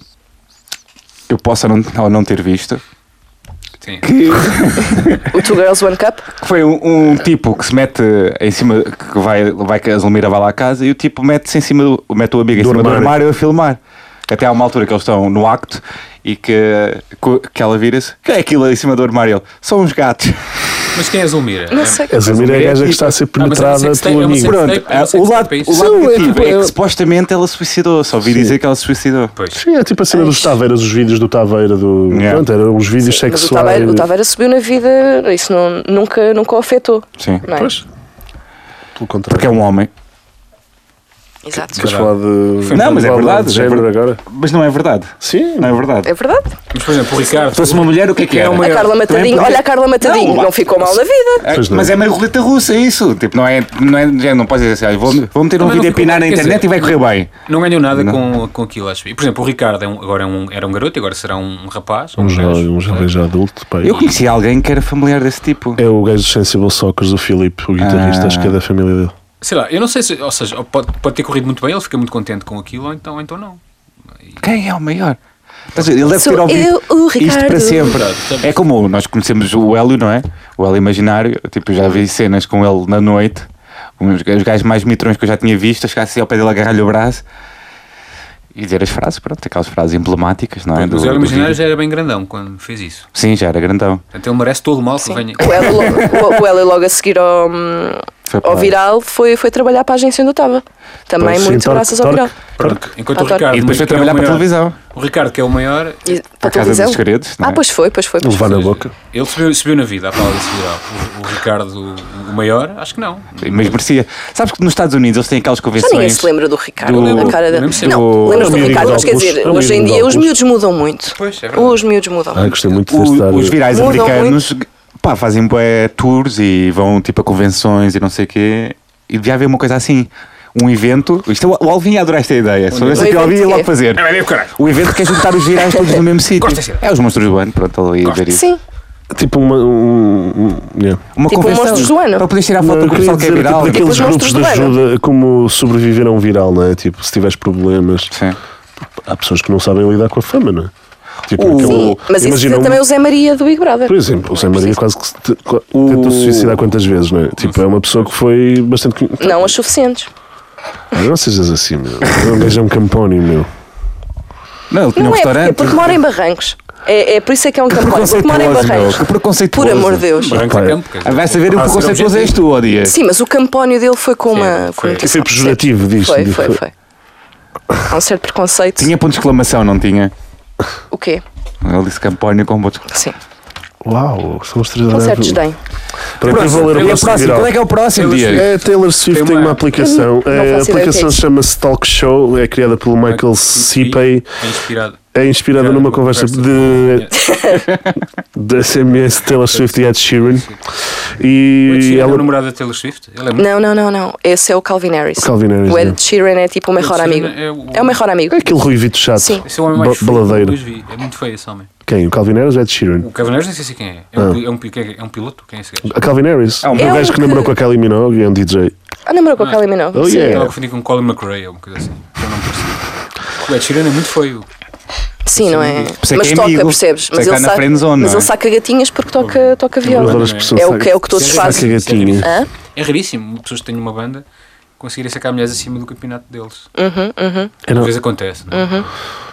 B: que eu possa não, ou não ter visto.
A: Sim.
D: [LAUGHS]
B: Que
E: O Two Girls One Cup.
B: que foi um, um tipo que se mete em cima, que vai, vai que a Zulmira vai lá à casa e o tipo mete-se em cima do, mete o amigo em
D: Do
B: cima do
D: armário.
B: armário a filmar. Até há uma altura que eles estão no acto e que, que ela vira-se. que é aquilo ali em cima do armário? Ele, São uns gatos.
A: Mas quem é a Zulmira?
E: Não
A: É-
E: sei.
D: A Selmira é a gaja que está a ser
A: Ah, mas é uma
D: penetrada
A: sextape,
D: pelo
A: é uma
D: amigo.
A: sextape.
B: Pronto,
A: Sei, eu não sei
B: o
A: se
B: lado,
A: é isso.
B: o lado
D: Sim, é
B: negativo
D: tipo,
B: é,
D: eu-
B: que supostamente ela se suicidou. Só vi
D: Sim.
B: dizer que ela se suicidou.
A: Pois.
D: Sim, é tipo a cena dos Taveiras, os vídeos do Taveira do.
B: Yeah.
D: Pronto, eram uns vídeos
E: Mas o
D: sexuais.
E: Taveira, o Taveira subiu na vida, isso não- nunca, nunca o afetou.
B: Sim.
E: Não é?
D: Pois. Pelo
B: Porque é
D: contrário.
B: um homem.
E: Exato.
D: Queres falar de.
B: Não, mas é
D: de-
B: verdade,
D: De
B: é
D: género
B: verdade.
D: agora?
B: Mas não é verdade.
D: Sim,
B: Não é verdade.
E: É verdade.
A: Mas, por exemplo, o Ricardo.
B: Se fosse uma mulher, o que é que
A: Quem é
B: era?
A: o maior?
E: A Carla
B: Também
E: Matadinho,
B: podia-
E: olha a Carla Matadinho,
B: Não,
E: não,
B: lá-
E: ficou mal na vida.
B: É,
D: Pois não.
B: mas é meio roleta russa, é isso. Tipo, não é, não é, já não podes dizer assim, olha, vou, vou meter um
A: Também não
B: vídeo a
A: ficou-
B: pinar na
A: quer
B: internet
A: dizer-
B: e vai correr bem.
A: Não ganhou nada Com, com aquilo, acho. E, por exemplo, o Ricardo é um- agora é um, era um garoto e agora será um rapaz. ou
D: um jovem,
A: gajo.
D: um jovem já adulto. Pá.
B: Eu conheci alguém que era familiar desse tipo.
D: É o gajo dos Sensible Soccer, o Filipe, o guitarrista,
B: Ah.
D: acho que é da família dele.
A: Sei lá, eu não sei se. Ou seja, ou pode, pode ter corrido muito bem, ele fica muito contente com aquilo, ou então, ou então não.
B: Quem é o maior? Mas Ele deve
E: Sou
B: ter ouvido
E: eu, o
B: isto para
E: Ricardo.
B: sempre.
A: Verdade, também.
B: É como nós conhecemos o Hélio, não é? O Hélio imaginário. Tipo, eu já vi cenas com ele na noite. Um dos os gajos mais mitrões que eu já tinha visto. a Chegar assim ao pé dele, agarrar-lhe o braço e dizer as frases. Pronto, aquelas frases emblemáticas, não é?
A: Mas
B: Do-
A: o Hélio
B: do
A: Imaginário
B: vídeo.
A: já era bem grandão quando fez isso.
B: Sim, já era grandão.
A: Portanto, ele merece todo o mal que venha.
E: O Ela, lo- o Ela logo a seguir ao, hum,
B: Foi
E: ao
B: para-
E: viral foi, foi trabalhar para a agência onde eu estava. Também
D: Sim,
E: muito
B: então,
D: Torque,
E: graças ao
D: Torque.
E: viral.
A: Pronto. Enquanto o
E: Adoro.
A: Ricardo.
B: E depois foi
A: que é o
B: trabalhar para a
A: maior-
B: televisão.
A: O Ricardo, que é o maior,
E: E
B: Para
E: para
B: a Casa
E: televisão.
B: dos Segredos, não é?
E: Ah, pois foi, pois foi. Pois
D: Levar
E: foi.
D: na boca.
A: ele subiu, subiu na vida à palavra desse viral. O, o Ricardo, o maior, acho que não.
B: Mas merecia. Sabes que nos Estados Unidos eles têm aquelas
E: Já
B: convenções.
E: ninguém se lembra do Ricardo,
B: Do-
E: da cara dele.
A: lembro sempre.
E: Não,
B: Do-
E: lembras
D: Era
E: do
D: o miúdo
E: Ricardo, mas
D: dos
E: quer
D: óculos.
E: dizer,
D: Era o
E: hoje em
D: miúdo dos
E: dia os
D: óculos.
E: miúdos mudam muito.
A: Pois, é verdade.
E: Os miúdos mudam
D: Ah,
E: muito.
D: gostei muito
B: O-
D: deste estar.
B: os virais
E: Mudam
B: americanos pá, fazem bué tours e vão tipo a convenções e não sei o quê. E devia haver uma coisa assim. Um evento. Isto, é- o Alvin ia adorar esta ideia. Se houvesse
E: Um
B: aqui o Alvin ia
E: evento
B: logo
E: quê?
B: fazer.
A: É, é o caralho.
B: O evento que é juntar os virais todos no mesmo sítio.
A: Gosto dessa ideia.
B: É os monstros do ano, pronto, ali ia ver isso.
E: Sim,
D: Tipo uma. Um, um, yeah.
B: Uma
E: Tipo
B: convenção
E: Monstros do Ano.
B: para poderes tirar
D: Não,
B: foto
D: eu
B: do
D: queria
B: pessoal que é
D: dizer, tipo,
B: viral.
D: daqueles
E: Tipo os
D: grupos de
E: monstros do
D: ajuda, como sobreviver a um viral, não é? Tipo, se tiveres problemas.
B: Sim.
D: Há pessoas que não sabem lidar com a fama, não é? Tipo,
B: O-
D: aquele-
E: sim. Mas isso
D: imagina um-
E: também é o Zé Maria do Big Brother.
D: Por exemplo, o Zé Maria quase que se te- qua- tentou se suicidar quantas vezes, não é? Tipo, é uma pessoa que foi bastante. con-
E: Não as suficientes.
D: Ah, Não sejas assim, meu. É um gajo é um campónio, meu.
B: Não, ele tinha um
E: Não é porque, é
B: restaurante.
E: porque mora em Barrancos. É, é por isso
B: [LAUGHS]
E: é que é um campónio. Porque mora em
B: Preconceituoso, meu.
E: Barrancos.
B: Que preconceituoso.
E: Por amor de Deus.
A: Branco
D: Pá,
A: a é campo. quer dizer,
B: Vai saber o
A: Ah, ser
B: preconceituoso és tu, ó dia.
E: Sim, mas o campónio dele foi com uma.
A: foi-
E: com um
A: foi
B: é
E: motivação,
D: pejorativo,
E: percebes?
D: diz-se, diz-se.
E: Foi, foi, foi. Há um certo preconceito.
B: Tinha ponto de exclamação, não tinha?
E: O quê?
B: Ele disse Campónio com ponto de
E: Sim.
D: Uau, são os três
B: é
E: Um
D: da Pronto,
E: certo desdém.
B: Hum?
D: eu vou ler o
B: E a
D: próximo
B: próxima?
D: viral.
B: Qual é que é o próximo dia?
D: É, a Taylor Swift
A: Tem
D: tem,
A: uma-
D: uma, aplicação.
E: Eu não
D: É, a
E: faço ideia o que é
D: aplicação
E: isso.
D: chama-se Talk Show, é criada pelo Michael Cipay,
A: É inspirado.
D: é inspirada
A: Cara,
D: numa
A: uma
D: conversa
A: conversa.
D: de, de SMS de Taylor Swift e Ed Sheeran.
A: Ed
D: E
A: Sheeran é o
D: ela.
A: namorado da Taylor Swift? Ele é muito.
E: Não, não, não, não. Esse é o Calvin Harris.
D: O Calvin Harris,
E: O
D: né?
E: Ed Sheeran é tipo o melhor
A: Ed Sheeran
E: amigo.
A: é o-
E: É o melhor amigo.
D: É aquele ruivito chato.
E: Sim.
A: Esse é o homem mais
D: Ba-
A: feio que eu
D: baladeiro.
A: mais vi. É muito feio esse homem.
D: Quem? O Calvin Harris ou Ed Sheeran?
A: O Cavaleiros nem sei se quem é. É
D: Ah.
A: um, pi- é um pi- é um piloto? Quem é esse gajo?
D: A Calvin Harris.
B: um
D: o
E: é
D: gajo
E: um
D: que namorou
E: que-
D: com a Kylie Minogue e é um DJ.
E: Ah, namorou com a Kylie Minogue.
D: Oh,
E: Sim.
D: yeah.
A: Estava a confundir com Colin McRae ou uma coisa assim. que Eu não percebi. O Ed Sheeran é muito feio.
E: Sim, não é?
B: isso é
E: Mas
B: que é
E: toca,
B: amigo.
E: percebes?
B: Isso é
E: Mas,
B: que
E: ele,
B: está na
E: saca,
B: friend zone,
E: mas
B: não é?
E: ele saca gatinhas porque toca, toca
D: Eu adoro
E: viola.
D: as pessoas.
E: É o que- é o que todos fazem.
D: gatinhas.
E: Hã?
A: É raríssimo pessoas que têm uma banda conseguirem sacar mulheres acima do campeonato deles.
E: Uhum, uhum.
D: Eu
A: Às
D: não-
A: vezes acontece, não é?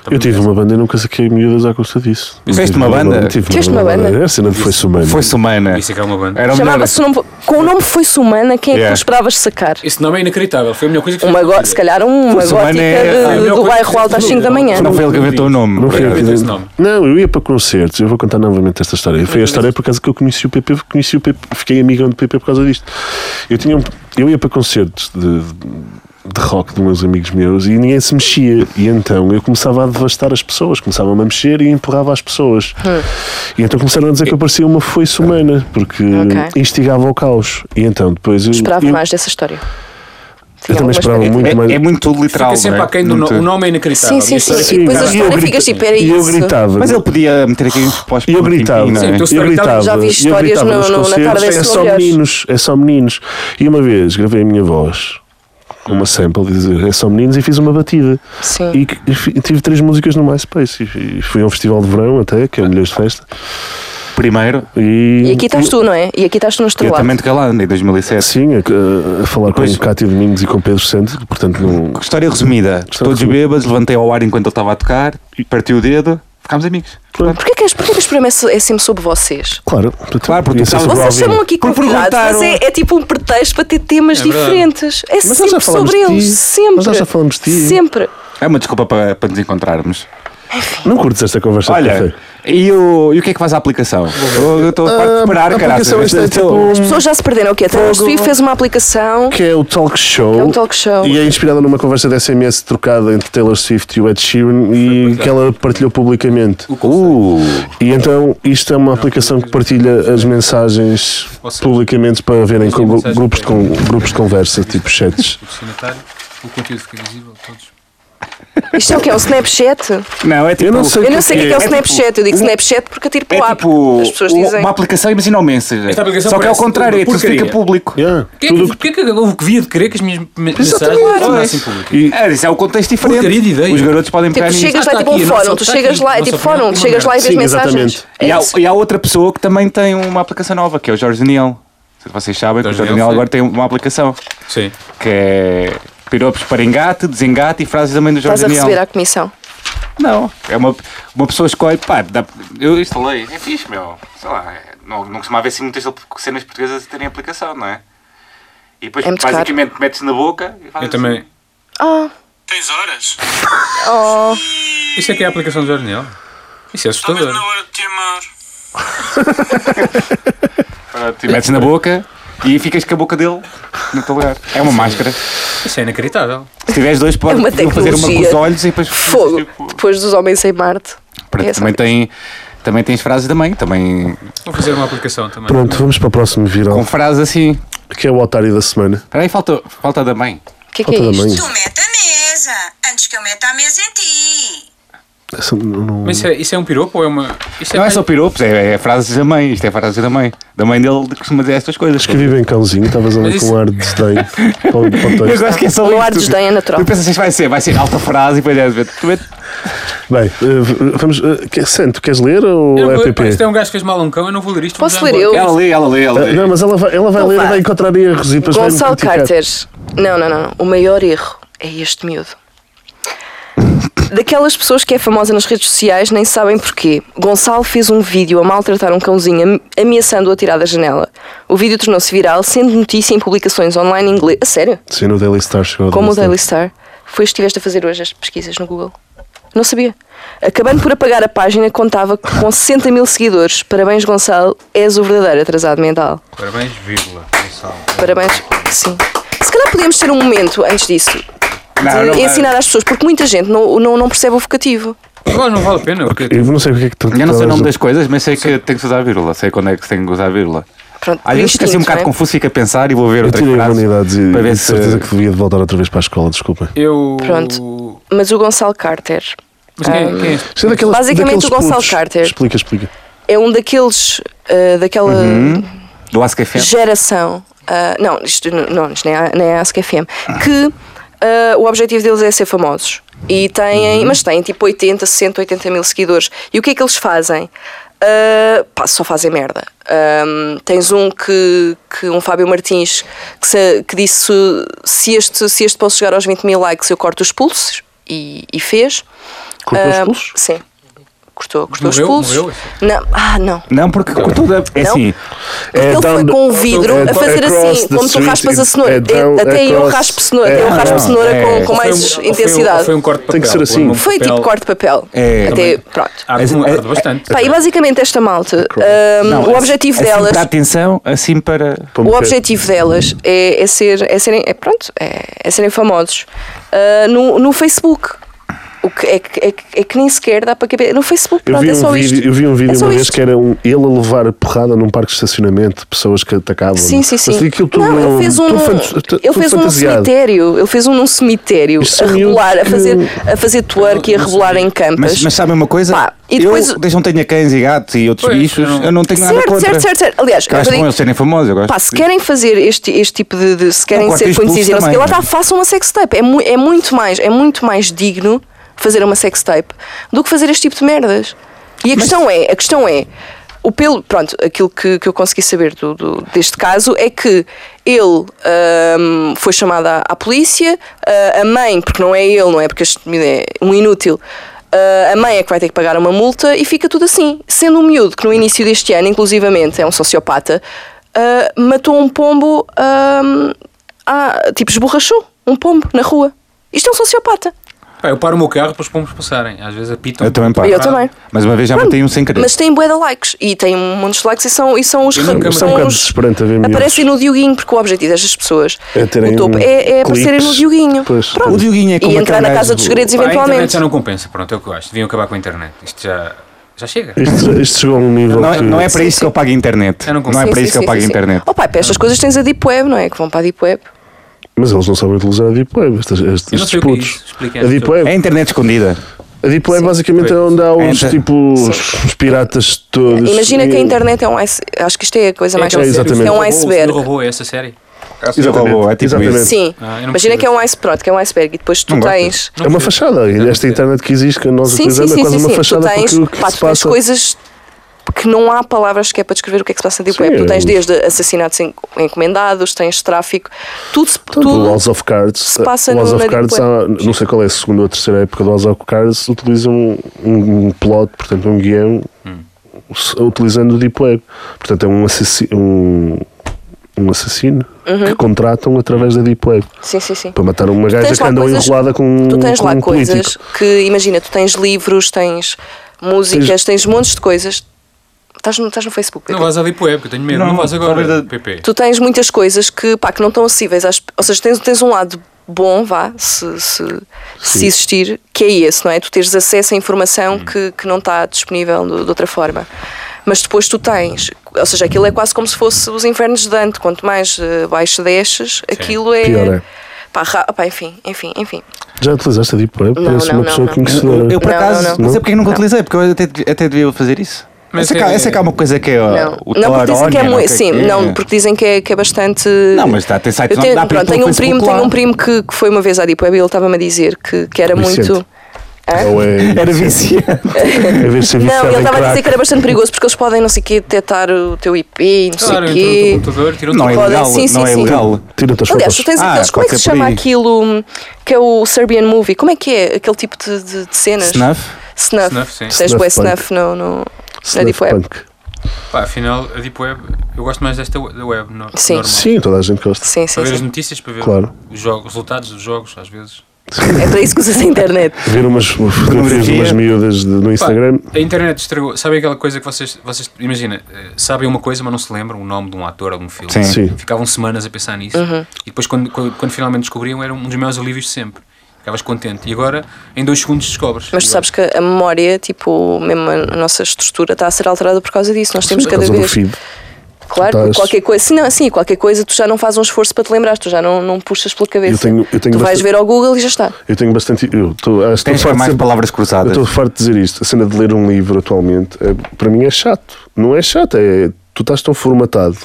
A: Tá
D: Eu tive uma banda e nunca saquei miúdas à custa disso. Não
B: Tiveste
D: tive
B: uma banda?
D: Tive
E: Tiveste uma banda?
D: A cena de foi sumando.
B: Foi Sumana.
A: Isso é que é uma banda.
B: Era o melhor.
E: Chamava-se nome- com o nome foi Sumana, quem é que
B: Yeah.
E: tu esperavas sacar?
A: Esse nome é inacreditável. Foi a melhor coisa que
E: Uma
A: fiz na
E: go-
A: vida.
E: se calhar uma
B: Sumana
E: gótica
B: é-
E: de-
A: é
B: Ah,
A: a melhor
E: do
A: coisa que
E: bairro
A: fiz
E: alto às
A: na
E: 5 da
A: vida.
E: manhã.
B: Não foi ele que inventou o nome. É,
D: Não foi
A: Eu
D: ele que
A: inventei esse
D: inventou.
A: nome.
D: Não, eu ia para concertos. Eu vou contar novamente esta história. Foi a história por causa que eu conheci o PP, conheci o PP, fiquei amigão do PP por causa disto. Eu, tinha um- eu ia para concertos de, de rock de meus amigos meus e ninguém se mexia. E então eu começava a devastar as pessoas, começava-me a mexer e empurrava as pessoas.
E: Hum.
D: E então começaram a dizer que eu parecia uma foice humana, porque
E: Ok.
D: instigava ao caos. E então depois eu.
E: Esperava
D: eu,
E: mais dessa história.
D: eu
E: Tinha
D: também
E: algumas
D: esperava
E: expectativas.
D: muito mais.
B: É, é muito literal.
A: Fica sempre
B: não é?
A: aquém do no...
B: Muito-
A: O nome é inacreditável.
E: Sim, sim,
A: E essa-
E: sim. E depois a
D: e né? eu
E: história
D: grito-
E: fica tipo, era
D: E eu
E: isso.
D: gritava.
B: Mas ele podia meter aqui uns pós
D: E eu gritava,
B: não
A: Sim,
B: é?
A: então-
D: eu gritava.
E: Já vi
D: eu
E: histórias
D: gritava
E: no-
D: nos
E: no- na tarde
D: concertos,
E: dessa
D: É só
E: mulher.
D: meninos, é só meninos. E uma vez gravei a minha voz com uma sample, dizer é só meninos, e fiz uma batida.
E: Sim.
D: E, que- e fi- e tive três músicas no MySpace. E, e fui a um festival de verão até, que é Milhões de Festa.
B: Primeiro,
D: E,
E: E aqui estás tu, não é? E aqui estás tu no
B: eu também
E: estrelado.
B: de Calanda, em 2007.
D: Sim, a, a- a falar com
B: Pois.
D: o Cátia Domingos e com o Pedro Santos, portanto não.
B: História resumida. Todos
D: resumida.
B: bêbados, levantei ao ar enquanto ele estava a tocar, parti o dedo, ficámos amigos.
E: Porquê que, porquê que este programa é so- é sempre sobre vocês?
D: Claro,
B: Claro, porque
D: ia ser
B: tu
D: sobre
E: Vocês
D: o Alvin.
E: chamam aqui
B: Porque
E: convidados, mas é,
B: perguntaram-
E: é tipo um pretexto para ter temas
A: É verdade.
E: diferentes. É
D: nós já
E: sempre
D: falámos
E: sobre
D: de ti.
E: eles, sempre.
D: Mas nós já falámos de ti.
E: Sempre.
B: É uma desculpa para, para nos encontrarmos.
D: Não curtes esta conversa de
B: Olha,
D: café?
B: e o, e o que é que faz a aplicação? Eu eu estou a
D: Ah,
B: preparar,
D: a
B: caralho.
D: aplicação esta é tipo
E: As pessoas já se perderam. O quê? A Taylor
D: Fogo.
E: Swift fez uma aplicação
D: que é o talk show.
E: É um talk show.
D: E é inspirada numa conversa de SMS trocada entre Taylor Swift e o Ed Sheeran e
A: é.
D: que ela partilhou publicamente.
B: Uh,
D: E então isto é uma aplicação que partilha as mensagens publicamente para verem com gru- grupos de, con- grupos de conversa,
A: [LAUGHS]
D: tipo chats.
A: Destinatário, O conteúdo fica visível a todos.
E: Isto é o que é um Snapchat?
B: não, é tipo.
D: Eu não sei
E: Eu não sei o que é que é o
B: É tipo-
E: Snapchat. Eu digo Snapchat porque atiro para o
B: É
E: app.
B: tipo
E: As pessoas
B: u-
E: dizem.
B: uma aplicação, imagina o Messenger.
A: Esta aplicação
B: Só que é o
A: parece
B: contrário,
A: uma
B: é tudo
A: porcaria.
B: fica público.
D: Yeah.
A: Porquê
D: Tudo o
A: é que,
D: que-
A: porquê que eu devia de querer é que as minhas me- mensagens tornassem públicas?
D: E-
B: É, isso é o contexto diferente.
A: assim Porcaria de ideia.
B: Os garotos podem
E: Tipo,
B: pegar
E: tu
B: nisso.
E: chegas
A: Ah,
E: lá, é
A: tá
E: tipo um
A: aqui, nossa,
E: fórum. Tu
A: tá
E: chegas
A: aqui,
E: lá, é
A: nossa
E: tipo
A: opinião,
E: fórum. Tu
A: uma
E: chegas lá e vês
D: Sim,
E: mensagens.
D: exatamente.
B: E
E: É
B: há,
E: isso.
B: e há outra pessoa que também tem uma aplicação nova, que é o Jorge Neal. Não sei se Vocês sabem que o
A: Jorge
B: Jorge
A: Neal,
B: Neal
A: sim.
B: agora tem uma aplicação
A: Sim.
B: que é piropos para engate, desengate e frases também do
E: Estás
B: Jorge
E: a
B: Neal.
E: receber à comissão.
B: Não, é uma, uma pessoa escolhe, pá, dá- eu instalei, é fixe, meu. Sei lá, é- não, não costumava ver assim muitas cenas portuguesas a terem aplicação, não é? E depois
E: É muito caro.
B: basicamente metes na boca e fazes
A: Eu também.
B: assim.
E: Oh,
C: Tens horas?
E: oh.
A: Isso é que é a aplicação do Jorge Neal? Isso é assustador.
C: hora de te amar.
B: Pronto, e metes na boca e ficas com a boca dele no teu lugar. É uma máscara. Se
A: Isso é inacreditável.
B: tiveres dois, podes
E: É uma
B: fazer uma com os
E: tecnologia.
B: olhos e depois.
E: Fogo.
B: Tipo,
E: Depois dos homens em Marte.
B: pronto,
E: É essa
B: também, tem, também tens frases também, também
A: Vou fazer uma aplicação também.
D: Pronto, vamos para o próximo
B: com
D: viral,
B: frases assim.
D: que é o otário da semana.
B: Espera aí, falta, falta da mãe.
E: O que é que é
D: Falta da
E: isto?
D: mãe.
I: Tu mete a mesa, antes que eu meta a mesa em ti.
D: Essa não- não-
A: Mas isso é, isso é um piropo ou é uma. Isso
B: Não é só piropos, é, é frases da mãe. Isto é frases da mãe. Da mãe dele costuma dizer estas coisas.
D: Que vive em cãozinho, estavas ali
A: Mas isso-
D: com um ar de desdém para
A: [LAUGHS]
D: o- para o
B: Eu
D: texto.
B: acho que é só
E: No
B: isto.
E: ar dos é natural.
B: Eu penso assim, vai ser, vai ser alta frase e depois é, tu vê-
D: Bem, eh, v- vamos. eh, que- Santo, queres ler ou
A: Eu,
D: é
A: eu,
D: PP?
A: pá, isto é um gajo que fez mal a um cão, eu não vou ler isto.
E: Posso
A: vamos
E: ler
A: embora.
E: eu?
B: Ela lê, ela lê, ela
D: Ah,
B: lê.
D: Não, mas ela vai, ela vai
E: Então
D: ler
E: vá.
D: e vai encontrar erros e depois vai
E: Gonçalo
D: criticar.
E: Carter. Não, não, não, não. O maior erro é este miúdo. Daquelas pessoas que é famosa nas redes sociais nem sabem porquê. Gonçalo fez um vídeo a maltratar um cãozinho am- ameaçando-o a tirar da janela. O vídeo tornou-se viral, sendo notícia em publicações online inglês. A sério?
D: Sim, no Daily Star chegou. ao
E: Como o
D: Star.
E: Daily Star. Foi isto que estiveste a fazer hoje as pesquisas no Google? Não sabia. Acabando por apagar a página, contava com 60 mil seguidores. Parabéns, Gonçalo. És o verdadeiro atrasado mental.
A: Parabéns, vírgula. Gonçalo.
E: Parabéns. Sim. Se calhar podemos ter um momento antes disso
B: Não,
E: de
B: não,
E: ensinar às pessoas, porque muita gente não, não, não percebe o vocativo.
A: É, Agora não vale a pena. Porque...
D: Eu não sei porque é que tu.
B: Eu não sei o nome
D: tu-
B: das coisas, mas sei que tem que se usar a vírgula. Sei quando é que se tem que usar a vírgula.
E: Pronto,
B: Às vezes fica assim um bocado
E: instinto,
B: confuso, fica a pensar e vou ver
D: Eu
B: outras
D: tirei
B: frases
D: humanidades e
B: para
D: e
B: ver
D: de certeza
B: se...
D: que devia de voltar outra vez para a escola, desculpem.
A: Eu.
E: Pronto. não é? Mas o Gonçalo Carter
A: Mas quem, quem é este?
D: Isto é daquelas-
E: Basicamente
D: daqueles
E: o Gonçalo
D: putos.
E: Carter.
D: Explica, explica.
E: é um daqueles, ah, daquela
B: Uhum. Do Ask FM.
E: geração, ah, não, isto n- não, isto nem é, nem é a Ask FM, que ah, o objetivo deles é ser famosos. E
D: Uhum.
E: têm, mas têm tipo 80, 60, 80 mil seguidores. E o que é que eles fazem? Ah, pá, só fazem merda. Ahm, tens um que, que um Fábio Martins que, se- que disse se este, se este posso chegar aos 20 mil likes eu corto os pulsos e, e fez.
D: Cortou os
E: Ah,
D: pulsos?
E: Sim. Cortou, cortou os
A: Morreu?
E: pulsos.
A: Morreu?
E: Não, ah, não.
B: Não, porque com toda. É
E: Não.
B: assim.
E: Porque ele foi
D: É down-
E: com o vidro
D: é
E: a fazer
D: across
E: assim,
D: the
E: como tu
D: street,
E: raspas a
D: it's-
E: cenoura.
D: é down-
E: até eu
D: across-
E: raspo cenoura,
D: é,
E: eu raspo
B: não,
E: cenoura
B: é.
E: com, com
B: Ou
A: Ou
E: mais
A: foi um- ou
E: intensidade.
A: Foi um, corte de papel.
D: Tem que ser assim.
A: ou um
E: Foi
A: papel-
E: tipo corte de papel.
B: É.
A: Também.
E: Até, pronto.
A: Ah, como
B: É-
A: arde bastante.
E: Pá, e basicamente esta malta, hum,
B: Não,
E: o
D: é
B: assim-
E: objetivo
B: assim
E: delas.
B: Para a atenção, assim para.
D: Para
E: O
D: meter.
E: objetivo delas é, é ser, é serem, é, pronto, é, é serem famosos ah, no, no Facebook. O que é, que- é que- é que nem sequer dá para caber. No Facebook,
D: Eu
E: pronto,
D: vi,
E: é
D: um
E: só
D: vídeo,
E: isto.
D: eu vi um vídeo
E: é só
D: uma vez
E: isto.
D: que era um, ele a levar a porrada num parque de estacionamento de pessoas que atacavam.
E: Sim, sim, sim.
D: Mas aquilo tudo é
E: não, ele fez um,
D: tudo
E: num-
D: fantas- tudo
E: ele fez um num
D: fantasiado.
E: cemitério. Ele fez um num cemitério
D: Isto
E: a
D: é um miúdo
E: rebolar, a
D: que-
E: fazer, a fazer twerk e a rebolar em campas.
B: Mas, mas sabem uma coisa?
E: Pá, e depois-
B: Eu, desde não tenha cães e gatos e outros
A: Pois,
B: bichos,
A: não.
B: eu não tenho nada
E: certo,
B: contra.
E: certo, certo, certo. Aliás,
B: Que acho
E: eu
B: bom
E: digo-
B: eles serem famosos, eu gosto.
E: Pá, se querem fazer este, este tipo de, de- Se querem
B: claro,
E: ser
B: tens pulso
E: conhecidos e não sei o quê, lá
B: também,
E: está,
B: né?
E: façam uma sextape. É, mu- é muito mais, é muito mais digno fazer uma sextape do que fazer este tipo de merdas. E a questão é, a questão é. O pelo, pronto, aquilo que, que eu consegui saber do, do- deste caso é que ele ahm, foi chamado à, à polícia, ah, a mãe, porque não é ele, não é? Porque este miúdo é um inútil, ah, a mãe é que vai ter que pagar uma multa e fica tudo assim. Sendo um miúdo que no início deste ano, inclusivamente, é um sociopata, ah, matou um pombo, ahm, ah, tipo, esborrachou um pombo na rua. Isto é um sociopata.
A: Pá, eu paro o meu carro para os pombos passarem. Às vezes apitam.
B: Eu também paro.
E: Eu também.
B: Mas uma vez já matei um sem querer.
E: Mas tem bué de likes e tem um monte de likes e são, e são os...
A: Eu nunca me-
E: são
A: É um
D: bocado
E: os-
D: desesperante haver miúdos.
E: Aparecem no Dioguinho, porque o objetivo destas pessoas,
D: É terem
E: o topo,
D: um
E: é, é
D: clipes.
E: aparecerem no Dioguinho.
D: Pois.
E: Pronto.
B: O Dioguinho é como
E: E entrar
B: aquele
E: na
B: gajo
E: Casa dos
B: do-
E: Segredos
A: Pá, a internet
E: eventualmente.
A: já não compensa. Pronto, é o que eu acho. Deviam acabar com a internet. Isto já, já chega.
D: Isto, isto chegou a um nível.
B: Não é,
D: que-
B: não é para isso que eu pago a internet.
A: Eu não
B: Não,
A: consigo.
B: é
E: Sim,
B: para
E: sim,
B: isso que eu
E: sim,
B: pago a
E: sim, sim.
B: internet.
E: Oh, pá, para estas coisas tens a Deep Web, não é? Que vão para a Deep Web.
D: Mas eles não sabem utilizar a Deep Web, estes, estes,
A: Eu não sei o que é
D: putos.
A: isso. Expliquem
D: a Deep
A: às
D: Web,
B: É a internet escondida.
D: a Deep Web basicamente é
A: Pois.
D: onde há os,
B: Entra.
D: tipo, os, os piratas todos.
E: Imagina que a
D: E-
E: internet é um iceberg. Acho que isto é a coisa mais
D: é,
E: fácil.
D: exatamente.
E: É
A: O
E: um
A: robô-
E: iceberg.
A: O robô é essa série.
D: Exatamente.
B: Robô, é tipo
D: Exatamente.
B: isso.
E: Sim.
A: Ah, eu não
E: Imagina
A: percebo
E: que é um iceberg, pronto, que é um iceberg. E depois tu
B: Não gosto
E: tens.
D: É uma fachada. E Esta internet que existe, que nós
E: Sim, sim,
D: utilizamos, é
E: sim,
D: quase
E: sim,
D: uma
E: sim. Tu
D: fachada
E: tens,
D: porque o que
E: pá,
D: se
E: tu tens
D: passa.
E: coisas que não há palavras sequer para descrever o que é que se passa na Deep
D: Sim,
E: Web. Tu tens
D: é-
E: desde assassinatos en- encomendados, tens tráfico, tudo. se-
D: Portanto, o
E: tudo
D: House of Cards,
E: se passa
D: o House
E: no-
D: of
E: na
D: Cards
E: Deep
D: há- não sei qual é a segunda ou terceira época do House of Cards, utilizam um, um plot, portanto um guião, s- utilizando o Deep Web. Portanto é um, assassino, um, um assassino que
E: Uhum.
D: contratam através da Deep Web
E: Sim, sim, sim.
D: para matar uma gaja
E: tens
D: é que
E: lá
D: andou
E: coisas-
D: enrolada com,
E: tu tens
D: com
E: lá
D: um político.
E: coisas que, imagina, tu tens livros, tens músicas, tens montes de coisas. Estás no, estás no Facebook.
A: Não
E: Pedro.
A: vais à Deep Web, que eu tenho medo. Não,
B: Não,
A: vais agora.
B: talvez-
A: PP.
E: Tu tens muitas coisas que, pá, que não estão acessíveis. às- ou seja, tens, tens um lado bom, vá, se, se, se existir, que é esse, não é? Tu tens acesso a informação que, que não está disponível do- de, outra forma. Mas depois tu tens, ou seja, aquilo é quase como se fosse os infernos de Dante. Quanto mais eh, baixo desces, aquilo é.
D: Pior é.
E: Pá, ra- pá, enfim, enfim, enfim.
D: Já utilizaste a Deep Web?
E: Não,
D: Parece
E: não,
D: uma
E: não,
D: pessoa
E: não.
D: conhecedora.
B: Eu, por
E: Não,
B: acaso,
E: não, não.
B: mas é porque eu nunca
E: Não.
B: utilizei, porque eu até, até devia fazer isso.
A: Mas
B: Mas essa,
A: é-
B: é, essa é que há uma coisa que é ó,
E: Não,
B: o
E: não porque dizem que é
B: Torónia, não
E: muito.
B: sei o
E: Sim,
B: quê.
E: não, porque dizem que é, que é bastante.
B: Não, mas está, tem
D: É,
B: sites
E: Eu
B: onde
E: tenho,
B: dá para ir
E: pronto,
B: pelo
E: tenho um
B: Facebook
E: primo, tenho
B: lá.
E: um primo que, que foi uma vez à Deep Web e ele estava-me a dizer que, que era
D: Vicente.
E: muito. Hã?
D: Ou é,
B: Era viciante.
D: em vez de ser
E: Não,
D: viciado
E: ele
D: em
E: estava a dizer
D: crack,
E: que era bastante perigoso porque eles podem, não sei o quê, detectar o teu IP, não
A: Claro, entrou no teu
E: sei o quê.
A: computador, tirou
B: Não é
E: Podem,
B: legal,
E: sim,
B: não
E: sim,
B: é
E: sim.
B: legal.
D: tira-te as
E: Aliás,
D: fotos.
E: tu tens
B: Ah,
E: aqueles. Como é
B: pode
E: que se
B: ser por
E: chama
B: aí.
E: aquilo hum, que é o Serbian Movie? Como é que é aquele tipo de, de- de cenas?
B: Snuff?
E: Snuff.
A: Snuff, sim.
E: Tens bué
D: Snuff punk.
E: snuff no, no- na Deep
D: Snuff
E: Web.
D: punk.
A: Pá, afinal, a Deep Web, eu gosto mais desta we- da web. No,
E: Sim.
A: Normal.
D: Sim, toda a gente gosta.
E: Sim,
A: Para
E: sim,
A: ver as
E: sim.
A: notícias, para ver
D: Claro.
A: os jogos, os resultados dos jogos, às vezes.
E: É para isso que usas a internet.
D: Ver umas fotografias de umas miúdas de- no
A: Pá,
D: Instagram.
A: a internet estragou. Sabem aquela coisa que vocês, vocês imagina, eh, sabem uma coisa, mas não se lembram o nome de um ator ou de um filme.
B: Sim.
D: Sim.
A: Ficavam semanas a pensar nisso.
E: Uhum.
A: E depois, quando, quando, quando finalmente descobriam, era um dos maiores alívios de sempre. Ficavas contente. E agora, em dois segundos, descobres.
E: Mas tu sabes que a memória, tipo, mesmo a nossa estrutura está a ser alterada por causa disso. Nós temos
D: Por
E: cada
D: causa do
E: vez.
D: feed.
E: Claro,
D: Estás-
E: qualquer coisa, sim, não, sim, qualquer coisa tu já não fazes um esforço para te lembrar, tu já não, não puxas pela cabeça.
D: Eu tenho- eu tenho
E: tu vais
D: bastante-
E: ver ao Google e já está.
D: Eu tenho bastante. Eu estou acho que
B: Tens
D: estou farto
B: por mais
D: de-
B: palavras
D: Eu
B: cruzadas.
D: estou farto de dizer isto. A cena de ler um livro atualmente, é- para mim é chato. Não é chato, é. Tu estás tão formatado.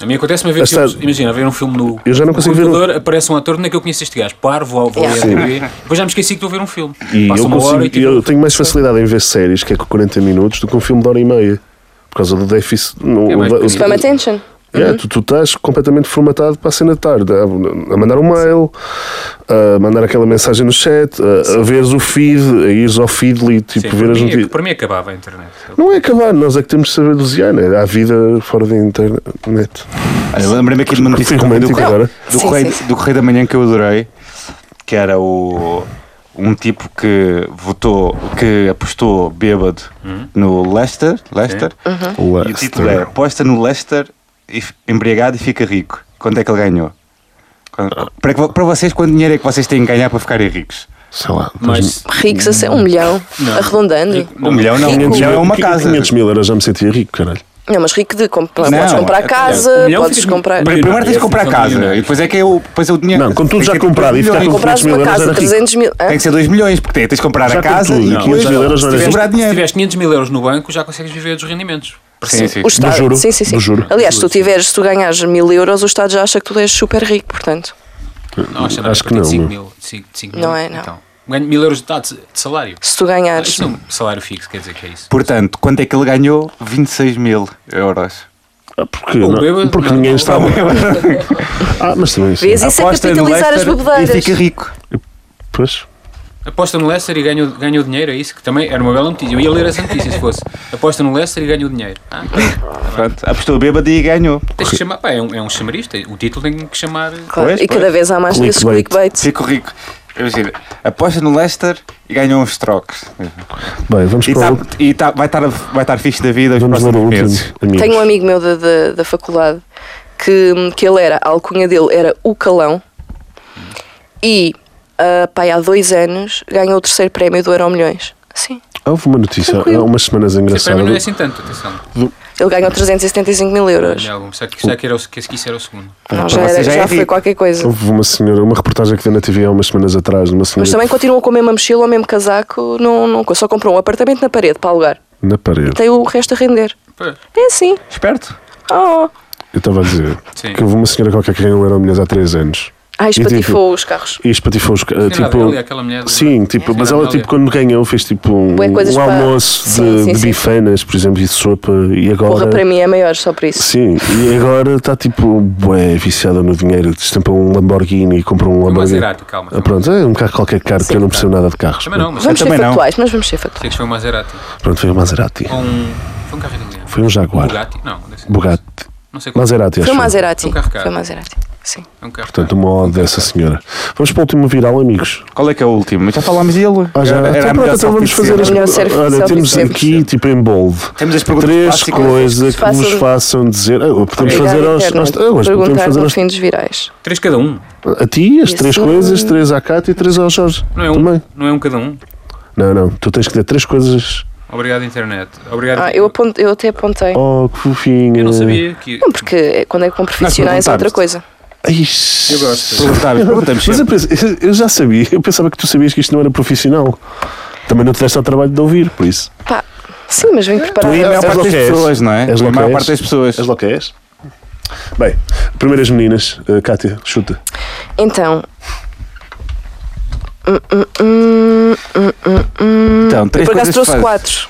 A: A mim acontece-me a ver
D: Está-
A: filmes, imagina, a ver um filme no,
D: Eu já não
A: no
D: consigo ver um-
A: computador, aparece um ator, onde é que eu conheço este gajo? Paro, vou, vou
E: Yeah.
A: ler a TV, depois já me esqueci que estou a ver um filme.
D: E
A: Passa
D: eu,
A: uma
D: consigo-
A: hora e tipo,
D: eu tenho mais facilidade em ver séries, que é com 40 minutos, do que um filme de hora e meia. Por causa do déficit. No,
A: É mais
D: o-
A: pequenino.
E: Spam attention.
A: Uhum.
D: Yeah, É, tu, tu estás completamente formatado para a cena de tarde, a, a mandar um mail, a mandar aquela mensagem no chat, a, a veres o feed, a ires ao feedly, tipo,
A: Sim,
D: ver
A: para,
D: as
A: mim, é
D: notícias.
A: que- para mim acabava a internet.
D: Não é acabar, nós é que temos de saber dosear, né? Há vida fora da internet.
B: Olha, Lembrei-me aqui de uma notícia
D: Fui
B: também do,
D: romântico agora.
B: do,
E: Sim,
B: Correio,
E: sim, sim.
B: do Correio da Manhã que eu adorei, que era o um tipo que votou, que apostou bêbado no Leicester, Leicester Hum?
E: Uhum.
B: e o título é Aposta no Leicester e f- embriagado e fica rico. Quanto é que ele ganhou? Quando- Para, que vo- para vocês, quanto dinheiro é que vocês têm que ganhar para ficarem ricos?
D: Sei lá.
A: Mas
E: Ricos a ser um milhão, arredondando.
B: Um milhão não, um
E: Rico.
B: milhão é uma
D: 500
B: casa.
D: 500 mil euros já me sentia rico, caralho.
E: Não, mas rico de comp
B: Não,
E: podes comprar
B: é-
E: casa,
A: um milhão
E: podes
A: fica-
E: comprar.
A: Pri-
B: Primeiro tens de comprar a casa
A: Milionário.
B: e depois é que é o, depois é o dinheiro.
D: Não, com tudo
B: Tem
D: já é
B: que-
D: comprado e ficar com-
B: milhões.
E: Comprares
D: 500 mil
E: uma
D: euros
E: casa
D: era
E: de
D: rico.
E: 300 mil. hã?
B: Tem É que ser 2 milhões, porque tens de comprar
D: Já
B: a
D: com
B: casa
D: tudo,
B: e
D: não,
B: depois
D: 500 mil euros não
B: se
D: era
B: tiveres
D: isso.
B: sobrar
A: se
B: dinheiro.
A: tiveres 500 mil euros no banco, já consegues viver dos rendimentos.
B: Sim, sim.
E: O Estado,
D: juro,
E: sim, sim, sim.
D: do juro.
E: Aliás, se tu, tiveres, se tu ganhares mil euros, o Estado já acha que tu és super rico, portanto.
A: Não, acho,
D: Acho que não,
A: De 5
D: não.
A: mil, de cinco- de cinco
E: Não
A: mil,
E: é, não.
A: Então, ganho mil euros de, tá, de de salário.
E: Se tu
A: Ah,
E: ganhares.
A: Isto é um salário fixo, quer dizer que é isso.
B: Portanto, quanto é que ele ganhou? 26 mil
E: [LAUGHS]
B: euros.
D: Ah, porque
A: O
D: não-
A: bêbado- assim.
D: porque
A: não,
D: ninguém
A: não,
D: estava. ah, mas também sim.
E: Vês? Mas isso é capitalizar as
B: Leicester
E: bebedeiras.
B: E fica rico.
D: Pois.
A: Aposta no Leicester e ganha, o- ganha o dinheiro, é isso? Que também era uma bela notícia. Eu ia ler essa notícia se fosse. Aposta no Leicester e ganha o dinheiro. Ah,
B: Pronto, apostou bêbado e ganhou.
A: tens que chamar. Pá, é um, é um chamarista. O título tem que chamar. eh,
E: Claro,
B: Pois,
E: e
B: pois.
E: cada vez há mais desses
D: Clickbait.
E: clickbaits.
B: Fico rico. Imagina, aposta no Leicester e ganhou uns trocos.
D: Bem, vamos
B: E,
D: para
B: tá-
D: o outro.
B: e tá- vai, estar, vai estar fixe da vida os
D: Vamos ler o
B: próximos
D: último.
B: meses.
D: amigos.
E: Tenho um amigo meu da, da, da faculdade que, que ele era, a alcunha dele era o Calão e ah, pai, há dois anos ganhou o terceiro prémio do Euro Milhões. Sim.
D: Houve uma notícia
E: Tranquilo.
D: há umas semanas
A: Esse prémio
D: engraçada.
A: não é assim tanto, atenção.
E: Ele ganhou 375 mil euros.
A: Não é algum. Será que, será que, era o, que esse era o segundo?
E: Não,
B: Para
E: já,
B: você
E: era,
B: já é
E: já foi
B: rico.
E: qualquer coisa.
D: Houve uma senhora, uma reportagem que deu na TV há umas semanas atrás, de uma senhora
E: Mas também continuam com a mesma mochila, o mesmo casaco, não, não, só comprou um apartamento na parede para alugar.
D: na parede.
E: Tem o resto a render.
A: Pois.
E: É assim.
B: Esperto.
E: Oh.
D: Eu estava a dizer
A: Sim.
D: que houve uma senhora qualquer que ganhou eram milhões há 3 anos.
E: Ah, espatifou
D: tipo-
E: os carros.
D: E espatifou os. ca-
A: Sim,
D: Tipo,
A: Adélia, aquela mulher do-
D: sim, tipo,
A: Sim,
D: mas ela
A: Adélia.
D: tipo, quando ganhou fez tipo um,
E: Bué coisas
D: um
E: para-
D: almoço
E: Sim,
D: de,
E: sim,
D: de
E: sim.
D: bifanas, por exemplo, e de sopa. E agora.
E: Porra, para mim é maior só por isso.
D: Sim, e agora está tipo, bué, viciada no dinheiro. Destampa um Lamborghini e compra um Lamborghini.
A: Maserati, calma.
D: Ah, pronto, é um carro qualquer caro, que eu não percebo nada de carros.
A: Também não, mas sei
E: Vamos ser
B: também não.
E: factuais, mas vamos ser factuais.
A: que foi um Maserati.
D: Pronto, foi um Maserati.
A: Ou um. Foi um carro italiano.
D: Foi um Jaguar.
A: Bugatti? Não, deve ser.
D: Bugatti.
A: Não sei qual.
D: Maserati, acho.
E: Foi o
D: eu.
E: Maserati.
A: Foi um carro caro.
E: Foi o Maserati. Sim.
A: É um carro.
D: Portanto, uma ode dessa senhora. Vamos para o último viral, amigos.
B: Qual é que é o último? Já falámos dele.
D: Ah, já.
B: Era- era
D: Então,
B: a
D: pronto,
B: melhor
D: então vamos
B: selfie de
D: fazer
B: sempre.
D: as
E: Melhor selfie-
D: Olha,
E: selfie
D: temos
E: de sempre.
D: aqui, tipo, em bold.
B: Temos as perguntas
D: Três
B: clássicas.
D: coisas que
E: Façam-
D: vos façam dizer. Ah, podemos
E: Obrigada,
D: fazer aos.
E: internet.
D: nós- ah, hoje podemos
E: Perguntar
D: fazer
E: no
D: aos-
E: fim dos virais.
A: Três cada um.
D: A ti, as
E: Isso.
D: três coisas, três à Cátia e três ao Jorge.
A: Não é um,
D: Também.
A: não é um cada um.
D: Não, não. Tu tens que ter três coisas.
A: Obrigado, internet. Obrigado.
E: Ah, eu, aponto, eu até apontei.
D: Oh, que fofinha.
A: Eu não sabia que.
E: Não, porque é- quando é com profissionais é outra
B: perguntaste.
E: coisa.
D: Ixi.
A: Eu gosto.
D: [LAUGHS]
B: Perguntamos, perguntamos
D: Mas eu,
B: sempre.
D: pensei- eu já sabia, eu pensava que tu sabias que isto não era profissional. Também não te deste ao trabalho de ouvir, por isso.
E: Pá, sim, mas vem preparado.
B: A maior
D: És
B: parte das
D: loquês.
B: pessoas, não é?
D: És
B: A maior
D: loquês.
B: parte das pessoas.
D: És loquês? Bem, primeiras meninas, eh, Cátia, chuta.
E: Então. Hum, hum, hum, hum, hum, hum.
B: Então, três
E: Eu por acaso
B: coisas
E: trouxe
B: que
E: quatro.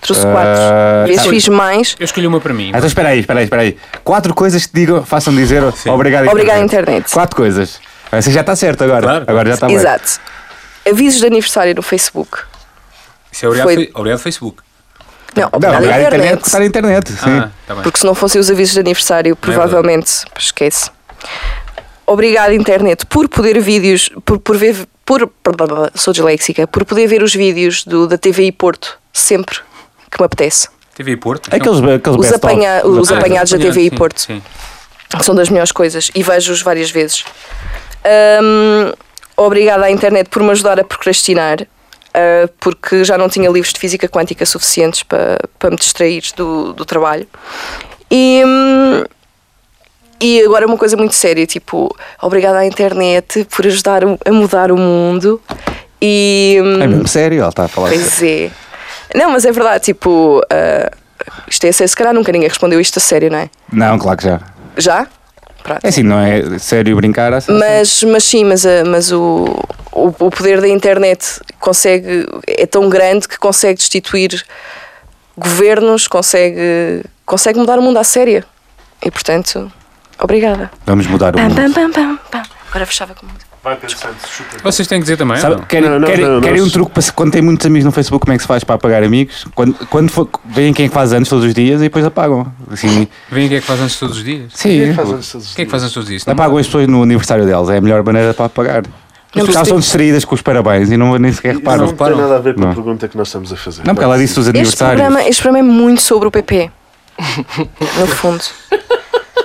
E: Trouxe
B: Ah,
E: quatro. Vez
B: tá.
E: fiz mais.
A: Eu escolhi uma para mim.
B: Ah, Então espera aí, espera aí, espera aí. Quatro coisas que te digam, façam dizer obrigado
E: Obrigada, internet.
B: Quatro coisas. Você já está certo agora.
A: Claro.
B: Agora já está bem.
E: Exato. Avisos de aniversário no Facebook.
A: Isso é obrigado,
E: Foi-
A: fe- obrigado Facebook.
E: Não,
B: Não, é
E: obrigada,
B: obrigado
E: internet.
B: internet, está na internet. Sim.
A: Ah, tá bem.
E: Porque se não fossem os avisos de aniversário, provavelmente esquece. Obrigada, internet, por poder vídeos, por, por ver. Por, sou disléxica, por poder ver os vídeos do, da TVI Porto sempre que me apetece.
A: TV Porto.
B: É Aqueles, aqueles
E: Os,
B: best of.
E: apanha, os
A: Ah,
E: apanhados da
A: apanhado,
E: TVI
A: sim,
E: Porto,
A: Sim.
E: que são das melhores coisas, e vejo-os várias vezes. Hum, obrigada à internet por me ajudar a procrastinar, ah, porque já não tinha livros de física quântica suficientes para, para me distrair do, do trabalho. E, hum, e agora uma coisa muito séria, tipo, obrigada à internet por ajudar a mudar o mundo. E, hum,
B: É mesmo sério, ela está a falar. sério.
E: Pois é. Não, mas é verdade, tipo, ah, isto é sério, se calhar nunca ninguém respondeu isto a sério, não é?
B: Não, claro que já.
E: Já? Pronto.
B: É assim, não é sério brincar
E: Tá
B: assim.
E: Mas, mas sim, mas, a- mas o, o, o poder da internet consegue, é tão grande que consegue destituir governos, consegue, consegue mudar o mundo à séria. E portanto, obrigada.
B: Vamos mudar o
E: Pam,
B: mundo.
E: pam, pam, pam, pam. Agora fechava com música.
D: Vai pensando, chupa.
A: Vocês têm que dizer também.
B: Sabe,
A: ou não?
B: querem,
D: Não, não,
B: querem,
D: não, não.
B: querem um truque para se- quando tem muitos amigos no Facebook, como é que se faz para apagar amigos? Quando, quando for- veem quem é que faz anos todos os dias e depois apagam. Assim,
A: Vêem o que é que faz antes todos os dias.
B: sim,
A: O que é que faz antes todos os dias?
B: apagam as pessoas no aniversário delas, é a melhor maneira para apagar. As pessoas são distraídas com os parabéns e não nem sequer reparam.
D: Não tem nada a ver com
B: Não.
D: a pergunta que nós estamos a fazer.
B: Não, porque ela disse os
E: Este
B: aniversários.
E: programa, este programa é muito sobre o [LAUGHS] PP. no fundo.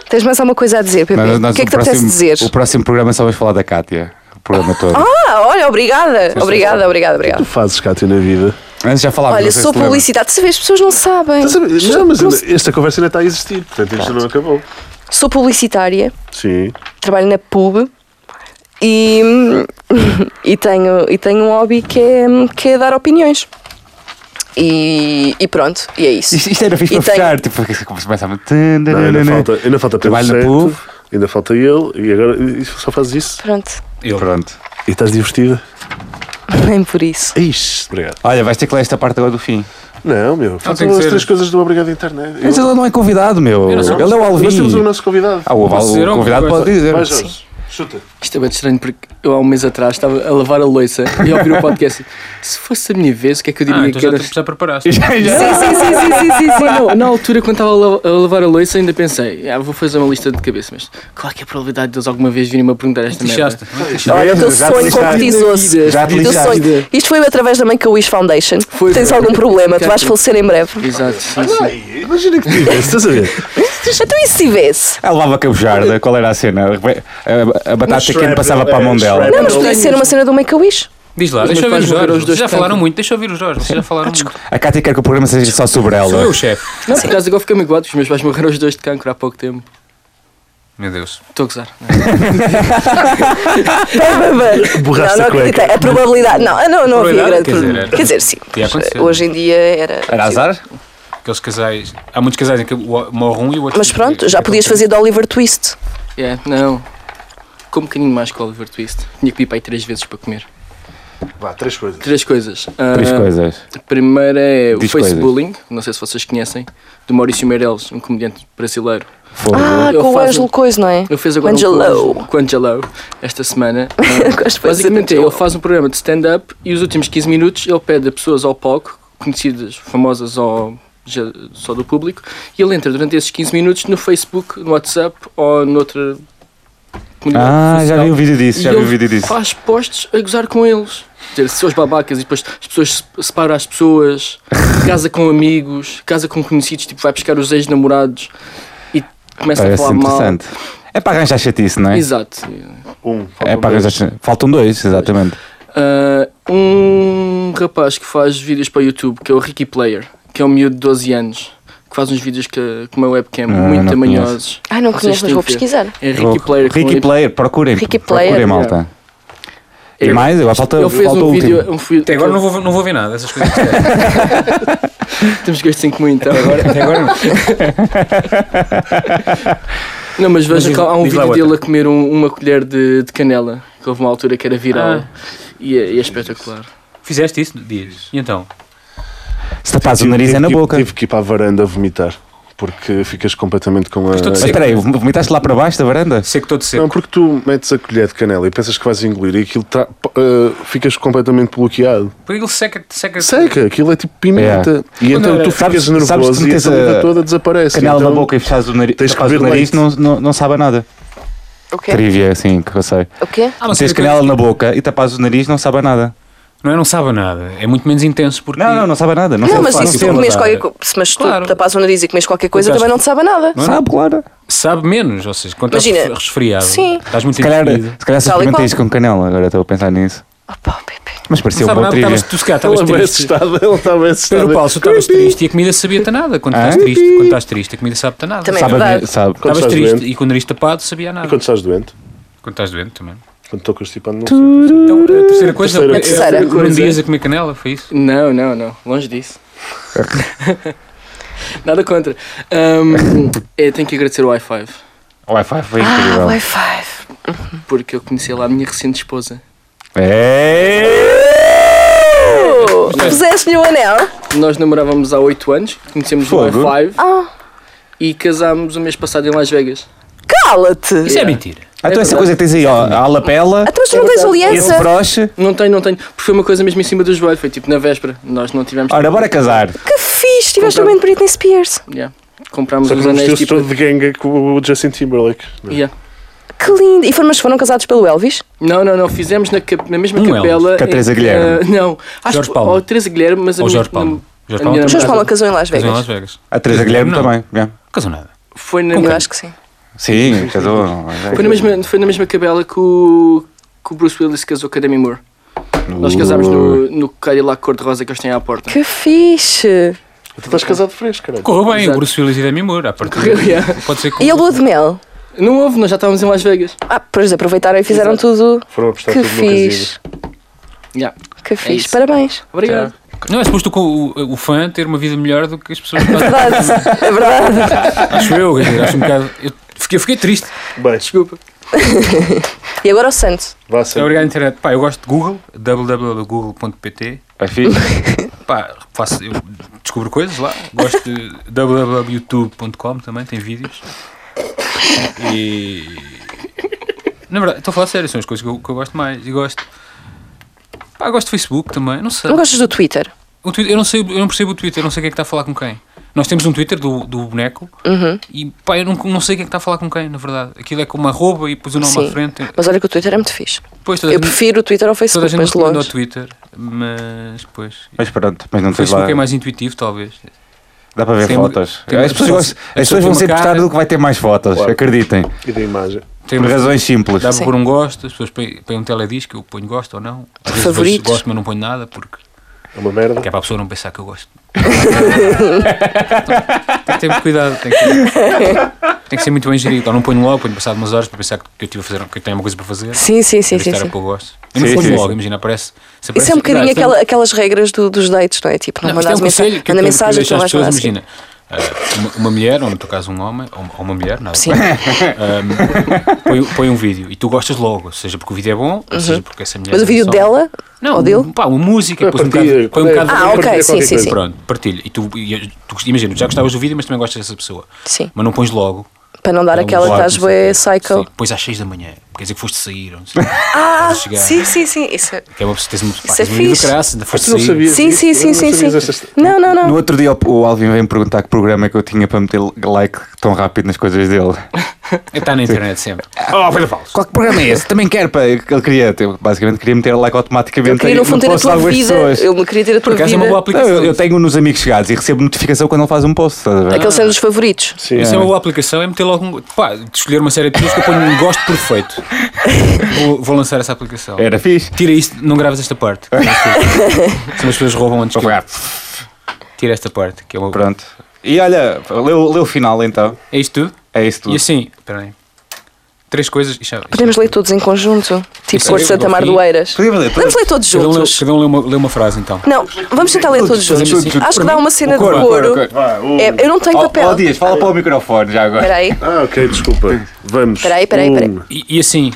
E: Tens mais alguma coisa a dizer, PP?
B: Nós- nós
E: o que é que te
B: próximo,
E: apetece dizer?
B: O próximo programa só vamos falar da Cátia. O programa todo.
E: Ah, olha, obrigada. Obrigada, obrigada, obrigada.
D: Tu fazes, Cátia, na vida.
B: Antes já falávamos.
E: Olha,
B: não sei
E: sou
B: se te lembras.
E: publicidade. Se vê, as pessoas não sabem.
D: Estás a ver?
E: Juro
D: Não, mas
E: que não
D: ainda- esta conversa ainda está a existir, portanto isto não acabou.
E: sei. Sou publicitária,
D: Sim.
E: trabalho na pub e, [LAUGHS] e, tenho, e tenho um hobby que é, que é dar opiniões. E, e pronto, e
B: [LAUGHS]
E: é isso.
B: Isto, isto era fixe
E: E
B: para
E: tenho-
B: fechar. Tipo, porque começa a.
D: Não, ainda, falta, ainda falta Pedro
B: Trabalho na
D: Santo,
B: PUF.
D: ainda falta ele, e agora e só fazes isso.
E: Pronto, [LAUGHS]
B: Pronto.
D: E estás divertida?
E: nem por isso.
D: Ixi, obrigado.
B: Olha, vais ter que ler esta parte agora do fim.
D: Não, meu,
A: tem
D: faltam
A: que
D: as
A: ser.
D: três coisas do Obrigado Internet. Eu-
B: Mas ele não é convidado, meu.
A: não sei.
B: Ele é o
D: Nós temos o
B: Alvin.
D: nosso convidado.
B: Ah, o,
A: Posso dizer
B: o
A: alguma
B: convidado
A: coisa?
B: pode dizer.
D: Vai, Jorge. Chuta.
F: Isto é bem estranho porque eu há um mês atrás estava a lavar a louça e a ouvir
A: [LAUGHS]
F: o podcast. Se fosse a minha vez, o que é que eu diria
A: Ah,
F: que
A: então já,
F: era.
A: te- já preparaste.
B: [LAUGHS]
F: Sim, sim, sim, sim, sim, sim, sim. Não, na altura, quando estava a la- a lavar a louça, ainda pensei, ah, vou fazer uma lista de cabeça, mas qual é que é a probabilidade de eles alguma vez virem-me a perguntar esta merda?
A: Deixaste.
E: Olha, o teu
B: já
E: sonho
B: desligaste.
E: concretizou-se.
B: Já te
E: O teu
B: lixaste.
E: sonho- Isto foi através da Make a Wish Foundation.
F: Foi.
E: Tens algum problema, tu vais falecer em breve.
F: Exato,
A: Ah,
F: sim, sim.
D: Ai, imagina que tivesse, estás a ver?
E: Então e se tivesse?
B: Ela levava cabujarda. Qual era a cena? A, a- a batata quente passava para a mão dela.
E: Não, mas podia ser uma cena do Make a Wish.
A: Diz lá,
F: Os
A: deixa eu ouvir
F: meus pais
A: os
F: morreram os
A: Jorge.
F: dois
A: Já
F: de
A: falaram
F: cancro.
A: muito, deixa eu ouvir os Jorge. Vocês já falaram muito.
B: A Cátia quer que o programa seja só sobre
A: Sou eu
B: ela.
A: o chefe.
F: Não, por acaso agora fiquei-me igual, os meus pais morreram os dois de cancro há pouco tempo.
A: Meu Deus.
F: Estou a gozar.
D: Borraste
E: Não, não
D: a cueca.
E: acreditei. A probabilidade. Não, não, não havia
A: Probabilidade,
E: grande
A: quer dizer,
E: problema.
A: era-
E: Quer dizer, sim.
A: Ia acontecer.
E: Hoje em dia era.
B: Era azar?
A: Aqueles casais. Há muitos casais em que o- morre um e o outro.
E: Mas pronto, já podias fazer de Oliver Twist.
F: Yeah, É, não. Com um bocadinho mais que o Oliver Twist. Tinha que pedir para aí três vezes para comer.
D: Vá, três coisas.
F: Três coisas.
B: Três
F: Ah,
B: coisas.
F: A primeira é o
B: Diz
F: Facebooling, não sei se vocês conhecem, do Maurício Meirelles, um comediante brasileiro.
B: Fogo.
E: Ah,
F: Eu
E: com o
F: faço-
E: Ângelo Coisa, não é?
F: Ele fez agora
E: Angelo.
F: um com- com o Angelo
E: [LAUGHS]
F: esta semana. Ah,
E: Gosto bem de dizer
F: Basicamente,
E: Angelo.
F: ele faz um programa de stand-up e os últimos 15 minutos ele pede a pessoas ao palco, conhecidas, famosas ou já- só do público, e ele entra durante esses 15 minutos no Facebook, no WhatsApp ou noutra comunidade
B: Ah, já
F: social.
B: vi o vídeo disso.
F: E
B: Já vi o
F: ele
B: vídeo disso.
F: Faz postos a gozar com eles. Quer dizer, seus babacas e depois as pessoas se- separa as
B: [LAUGHS]
F: pessoas, casa com amigos, casa com conhecidos, tipo, vai buscar os ex-namorados e começa a
B: Parece
F: falar mal.
B: Ah, interessante. É para arranjar chatice, não é?
F: Exato.
D: Um.
B: É
D: faltam
B: para
D: dois.
B: arranjar chatice. Faltam dois, exatamente.
F: Ah, um rapaz que faz vídeos para o YouTube, que é o Ricky Player, que é um miúdo de 12 anos, que faz uns vídeos que, com uma webcam
B: Ah, não
F: muito
B: conheço.
F: manhosos.
E: Ai, Ah, não
F: Vocês
E: conheço, mas
F: têm
E: vou
F: que ver.
E: pesquisar.
F: É Ricky Player. com
B: Ricky
F: Y.
B: Player, procurem.
E: Ricky
B: Procurem,
E: Player.
B: malta. E
F: É.
B: mais? Agora falta,
F: Ele fez
B: falta o
F: um
B: último.
F: vídeo, um vídeo.
A: Até agora não vou, não vou ver nada dessas coisas.
F: Temos gosto em comum então.
A: Até agora não.
F: Não, mas veja
A: Mas
F: que há um
A: diz lá outra.
F: vídeo dele a comer um- uma colher de, de canela, que houve uma altura que era viral. E, é, e é espetacular.
A: Fizeste isso? Dias. E então?
B: Se tapas o nariz é na
D: Tive que-
B: boca.
D: Tive que ir para a varanda vomitar, porque ficas completamente com a.
A: tu
B: Mas espera aí, vomitaste lá para baixo da varanda?
A: Sei que todo seco.
D: Não, porque tu metes a colher de canela e pensas que vais engolir e aquilo tá, p- ah, ficas completamente bloqueado.
A: Porque ele seca, seca.
D: Seca, aquilo é tipo pimenta. E então
A: era-
D: tu ficas
B: sabes-
D: nervoso
B: sabes que
D: e a
B: metes a
D: saliva toda desaparece.
B: Canela
D: então,
B: na boca e fechares o nariz,
D: tens que
B: tapas o
D: beber
B: nariz
D: leite.
B: não, não, não sabe a nada.
E: O quê?
B: Trivia, assim, que eu sei.
E: O quê?
A: Ah, mas
B: Metes
A: sabe que-
B: canela na boca e tapas o nariz não sabe a nada.
A: Não é? Não sabe a nada. É muito menos intenso porque.
B: Não, não, não sabe a nada. Não,
E: Não,
B: sabe
E: mas
B: falar,
E: isso
A: sim,
E: tu
B: não
E: comes
A: claro.
E: qualquer coisa. Mas tu
A: Claro.
E: tapas o nariz e comes qualquer coisa,
A: Porque
E: também
A: acho-
E: não te sabe a nada.
B: Sabe, claro.
A: Sabe menos, ou seja, quando
E: Imagina.
A: estás resfriado.
E: Sim.
A: Estás muito
B: Se calhar,
A: indefinido.
B: se calhar só
E: Tal e
B: experimentei
E: qual.
B: isso com canela, agora estou a pensar nisso.
E: Opa, Oh, Pepe.
B: Mas parecia um
A: sabe
B: bom
A: nada,
B: trivia.
A: estavas, tu se calhar
D: Ela
A: estavas
D: estava
A: triste.
D: assustada, ela estava assustada.
A: Pedro Paulo, tu estavas triste e a comida sabia-te nada. Quando estás
B: Ah?
A: triste, quando estás triste, a comida sabe-te nada.
E: Também.
B: Sabe, a-
E: É verdade.
B: sabe.
D: Quando
A: Estavas
D: estás
A: triste
D: doente.
A: e com o nariz tapado sabia
D: E
A: nada.
D: quando estás doente,
A: Quando estás doente também.
D: quando estou constipado, não
A: Então, a terceira coisa é-
D: Terceira
E: coisa.
A: é- é-
E: Terceira
A: Bruno
F: coisa.
A: Dias a comer canela, foi isso?
F: Não, não, não. Longe disso. Nada contra. Ahm, eu tenho que agradecer o i5,
B: O Wi-Fi foi
E: Ah,
B: incrível.
E: Wi-Fi.
F: porque eu conheci lá a minha recente esposa.
B: É.
E: Oh, Puseste-lhe o anel.
F: Nós namorávamos há 8 anos, conhecemos
B: Fogo.
F: o i5.
E: Ah,
F: e casámos o mês passado em Las Vegas.
E: Cala-te!
A: Isso é mentira.
B: Ah, então essa
F: verdade.
B: coisa que tens aí, ó, a lapela,
E: Até mas tu não tens
B: esse
E: aliança.
B: broche.
F: Não tenho, não tenho. Porque foi uma coisa mesmo em cima do joelho, foi tipo na véspera. Nós não tivemos.
B: Ora, bora casar.
E: Que fixe, tiveste um também de Britney Spears.
F: Yeah. Comprámos
D: Só que
F: os
D: vamos
F: anéis
D: ter
F: tipo.
D: todo de ganga com o Justin Timberlake.
F: Yeah.
E: Que lindo! E foram, mas foram casados pelo Elvis?
F: Não, não, não. Fizemos na, cap- na mesma
A: Um
F: capela.
B: Com a
F: em-
B: Teresa Guilherme.
F: Ah, não. Acho
A: Jorge
F: que-
A: Palma.
F: Ou Teresa Guilherme, mas a
A: Ou
F: minha- hum,
A: Jorge Palma. Jorge
F: a
A: Palma
F: minha
E: O Jorge
F: namorada-
E: Palma casou em Las
A: Casou em Las
E: Vegas.
A: é Vegas.
B: A Teresa Guilherme
A: Não.
B: também. yeah.
A: Casou nada.
F: Foi na,
E: Eu acho que sim.
B: Sim, casou.
F: Foi na, mesma, foi na mesma cabela que o, que o Bruce Willis casou com a Demi Moore.
B: Uh.
F: Nós casámos no, no Cadillac cor-de-rosa que eles têm à porta. [LAUGHS]
E: Que fixe!
D: Tu estás casado fresco, caralho.
A: Correu bem, o
F: Exato.
A: Bruce Willis e Demi Moore. à partida.
F: Correu, yeah.
A: Pode ser que.
E: E a lua de mel?
F: Não houve, nós já estávamos em Las Vegas.
E: Ah, pois aproveitaram e fizeram
F: Exato.
E: tudo.
D: Foram apostar
E: Que
D: Tá tudo no casino.
E: fixe!
F: Yeah.
E: Que fixe!
F: isso.
E: Parabéns!
F: Obrigado.
A: Não é suposto que o, o- o fã ter uma vida melhor do que as pessoas que fazem.
E: Verdade, [LAUGHS] é verdade.
A: Acho eu, quer dizer, acho um [LAUGHS] bocado. Eu fiquei, eu fiquei triste.
D: Bem,
F: Desculpa.
E: E agora o Santos.
D: vá ser.
A: Obrigado, internet. Pá, eu gosto de Google, www.google.pt.
B: É fixe.
A: Pá, faço, eu descubro coisas lá. Gosto de [LAUGHS] www.youtube.com também, tem vídeos. E. Na verdade, estou a falar sério, são as coisas que eu, que eu gosto mais. E gosto. Pá, gosto do Facebook também, não sei.
E: Não gostas do Twitter?
A: O Twitter- eu, não sei, eu não percebo o Twitter, eu não sei o que é que está a falar com quem. Nós temos um Twitter do, do boneco
E: Uhum.
A: e pá, eu não, não sei o que é que está a falar com quem, na verdade. Aquilo é com uma arroba e pus o nome
E: Sim.
A: à frente.
E: Mas olha que o Twitter é muito fixe.
A: Depois toda
E: Eu
A: a gente,
E: prefiro o Twitter ao
A: toda a
E: Facebook,
A: gente
E: mas de
A: responde ao
E: longe.
A: Twitter, mas depois.
B: Mas pronto, mas não
A: O
B: tens lá.
A: Facebook é mais intuitivo, talvez.
B: Dá para ver
A: Tem uma-
B: fotos.
A: tem uma
B: as pessoas,
A: pessoa-
B: gostam-
A: a
B: as
A: pessoa
B: pessoas vão
A: tem uma
B: sempre gostar
A: cara-
B: do que vai ter mais fotos,
D: Claro.
B: acreditem.
D: E da imagem.
A: Tem
B: Por
A: uma-
B: razões simples.
A: Dá para
E: Sim.
A: pôr um gosto, as pessoas põem põem um teledisco, eu ponho gosto ou não. Às vezes
E: Favoritos.
A: vejo gosto, mas não ponho nada, porque
D: É uma merda.
A: que é para a pessoa não pensar que eu
E: [LAUGHS]
A: gosto. Tem que ter cuidado, tem que, tem que ser muito bem gerido. Ou não ponho logo, ponho passado umas horas para pensar que eu tive a fazer, que eu tenho uma coisa para fazer.
E: Sim, sim, sim,
A: Em vez de
E: sim.
A: estar
E: sim.
A: a pôr gosto. Eu não
B: Sim,
A: ponho
B: sim,
A: logo,
B: sim.
A: imagina, aparece. se
E: Isso é
A: aparece-
E: um bocadinho
A: Não, isto é
E: aquela- aquelas regras do- dos dates, não é? Tipo, não,
A: não, isto é
E: mandas
A: um
E: mensagem,
A: conselho que eu
E: manda
A: tenho que
E: mensagem,
A: deixar
E: não
A: às
E: vais assim.
A: pessoas,
E: mandar a seguir.
A: imagina. ah, uma, uma mulher, ou no teu caso um homem, ou uma- ou uma mulher, nada.
E: Sim.
A: [COUGHS] ah, põe, põe um vídeo e tu gostas logo, seja porque o vídeo é bom, ou seja porque essa mulher
E: Uhum. Mas
A: é
E: o vídeo
A: só-
E: dela, ou dele,
A: pá, uma música,
D: É,
A: depois um
D: partilha,
A: bocado, põe um
D: é,
A: bocado de-
E: Ah, ok,
D: partilha
E: sim,
D: qualquer
E: sim,
D: coisa.
E: sim.
A: Pronto, partilha. E tu, e tu imagina, tu já gostavas do vídeo, mas também gostas dessa pessoa.
E: sim.
A: Mas não pões logo.
E: Para não dar
A: Não,
E: aquela que
A: claro,
E: estás
A: não
E: bué
A: sei.
E: psycho.
A: é um Sim, Pões às 6 da manhã. Quer dizer que foste sair, ou não sei.
E: [LAUGHS] Ah,
A: chegar.
E: sim, sim, sim. Isso é-
A: Que é uma pessoa tens uma pá,
E: é
A: tens um vídeo
E: fixe.
A: de graça, ainda foste
D: Tu não
A: sair.
D: sabias
E: Sim,
D: disso?
E: sim, sim,
D: Não
E: sim,
D: sabias
E: sim.
D: estas-
E: Não, não,
B: No
E: não.
B: outro dia o Alvin veio me perguntar que programa é que eu tinha para meter like tão rápido nas coisas dele.
A: Está É, tá na internet sempre.
D: Oh,
B: Qual que programa é esse? Também quero para. Ele queria, eu basicamente queria meter like automaticamente.
E: Eu queria
B: aí,
E: no fundo ter a
B: posso
E: tua
B: dar boas
E: vida.
B: pessoas.
E: Eu queria ter a tua
A: Por acaso é uma boa
E: vida.
B: Não,
A: aplicação.
B: eu, eu tenho nos amigos chegados e recebo notificação quando ele faz um post, estás a ver?
A: Ah.
E: Aquele sendo dos favoritos.
D: Sim.
A: Isso é uma boa aplicação, é meter logo um. Pá, de escolher uma série de pessoas que eu ponho um gosto
E: [LAUGHS]
A: perfeito. Vou, vou lançar essa aplicação.
D: É.
B: Era fixe.
A: Tira isto, não graves esta
D: [LAUGHS]
A: parte. São as pessoas- são as pessoas que roubam antes
B: Vou
A: que eu.
B: pegar.
A: Tira esta parte, que é uma.
B: Pronto. E olha, lê o, lê o final então.
A: É isto tudo?
B: É isso tudo.
A: E assim, peraí. Três coisas. isto é- isto é-
E: Podemos ler todos em conjunto. Tipo,
A: Isso é
E: Porto Santa Mar do
A: bom.
E: Eiras.
B: Podíamos ler
E: Podemos ler todos
A: Cada um, leu,
E: juntos.
A: cada um leu uma, leu uma frase então.
E: Não, vamos tentar ler todos
A: Fazemos
E: juntos.
A: assim.
E: Acho que dá uma cena de
A: Cor,
E: couro.
B: cor, cor.
E: É, eu não tenho
B: Ó- ó,
E: papel.
B: Dias, fala para o microfone já agora.
E: Espera aí.
D: Ah, ok, desculpa. Vamos.
E: Peraí, peraí, peraí.
D: Um,
A: E, e assim,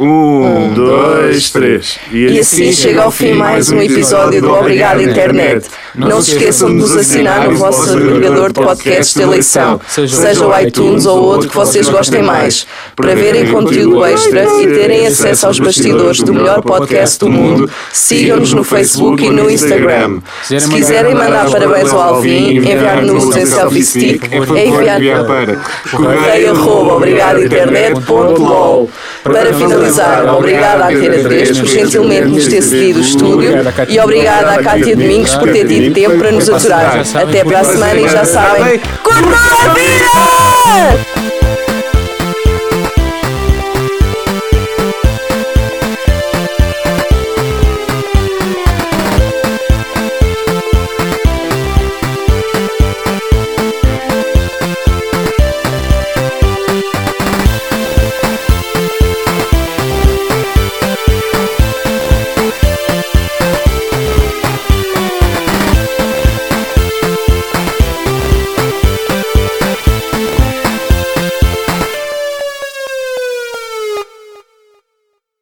B: Um,
D: dois, três.
E: E assim chega ao fim mais um episódio do Obrigado Internet. Não se esqueçam de nos assinar no vosso agregador de podcasts de eleição, seja o iTunes ou outro que vocês gostem mais, para verem conteúdo extra e terem acesso aos bastidores do melhor podcast do mundo. Sigam-nos no Facebook e no Instagram. Se quiserem mandar parabéns ao Alvin, enviar nos em selfie stick, é enviar correio arroba obrigado internet.lol. Para finalizar, obrigada à Antena 3 por gentilmente nos ter cedido o estúdio e obrigada à Cátia Domingos por ter tido tempo para nos aturar. Até para a semana e já sabem, curtam a vida!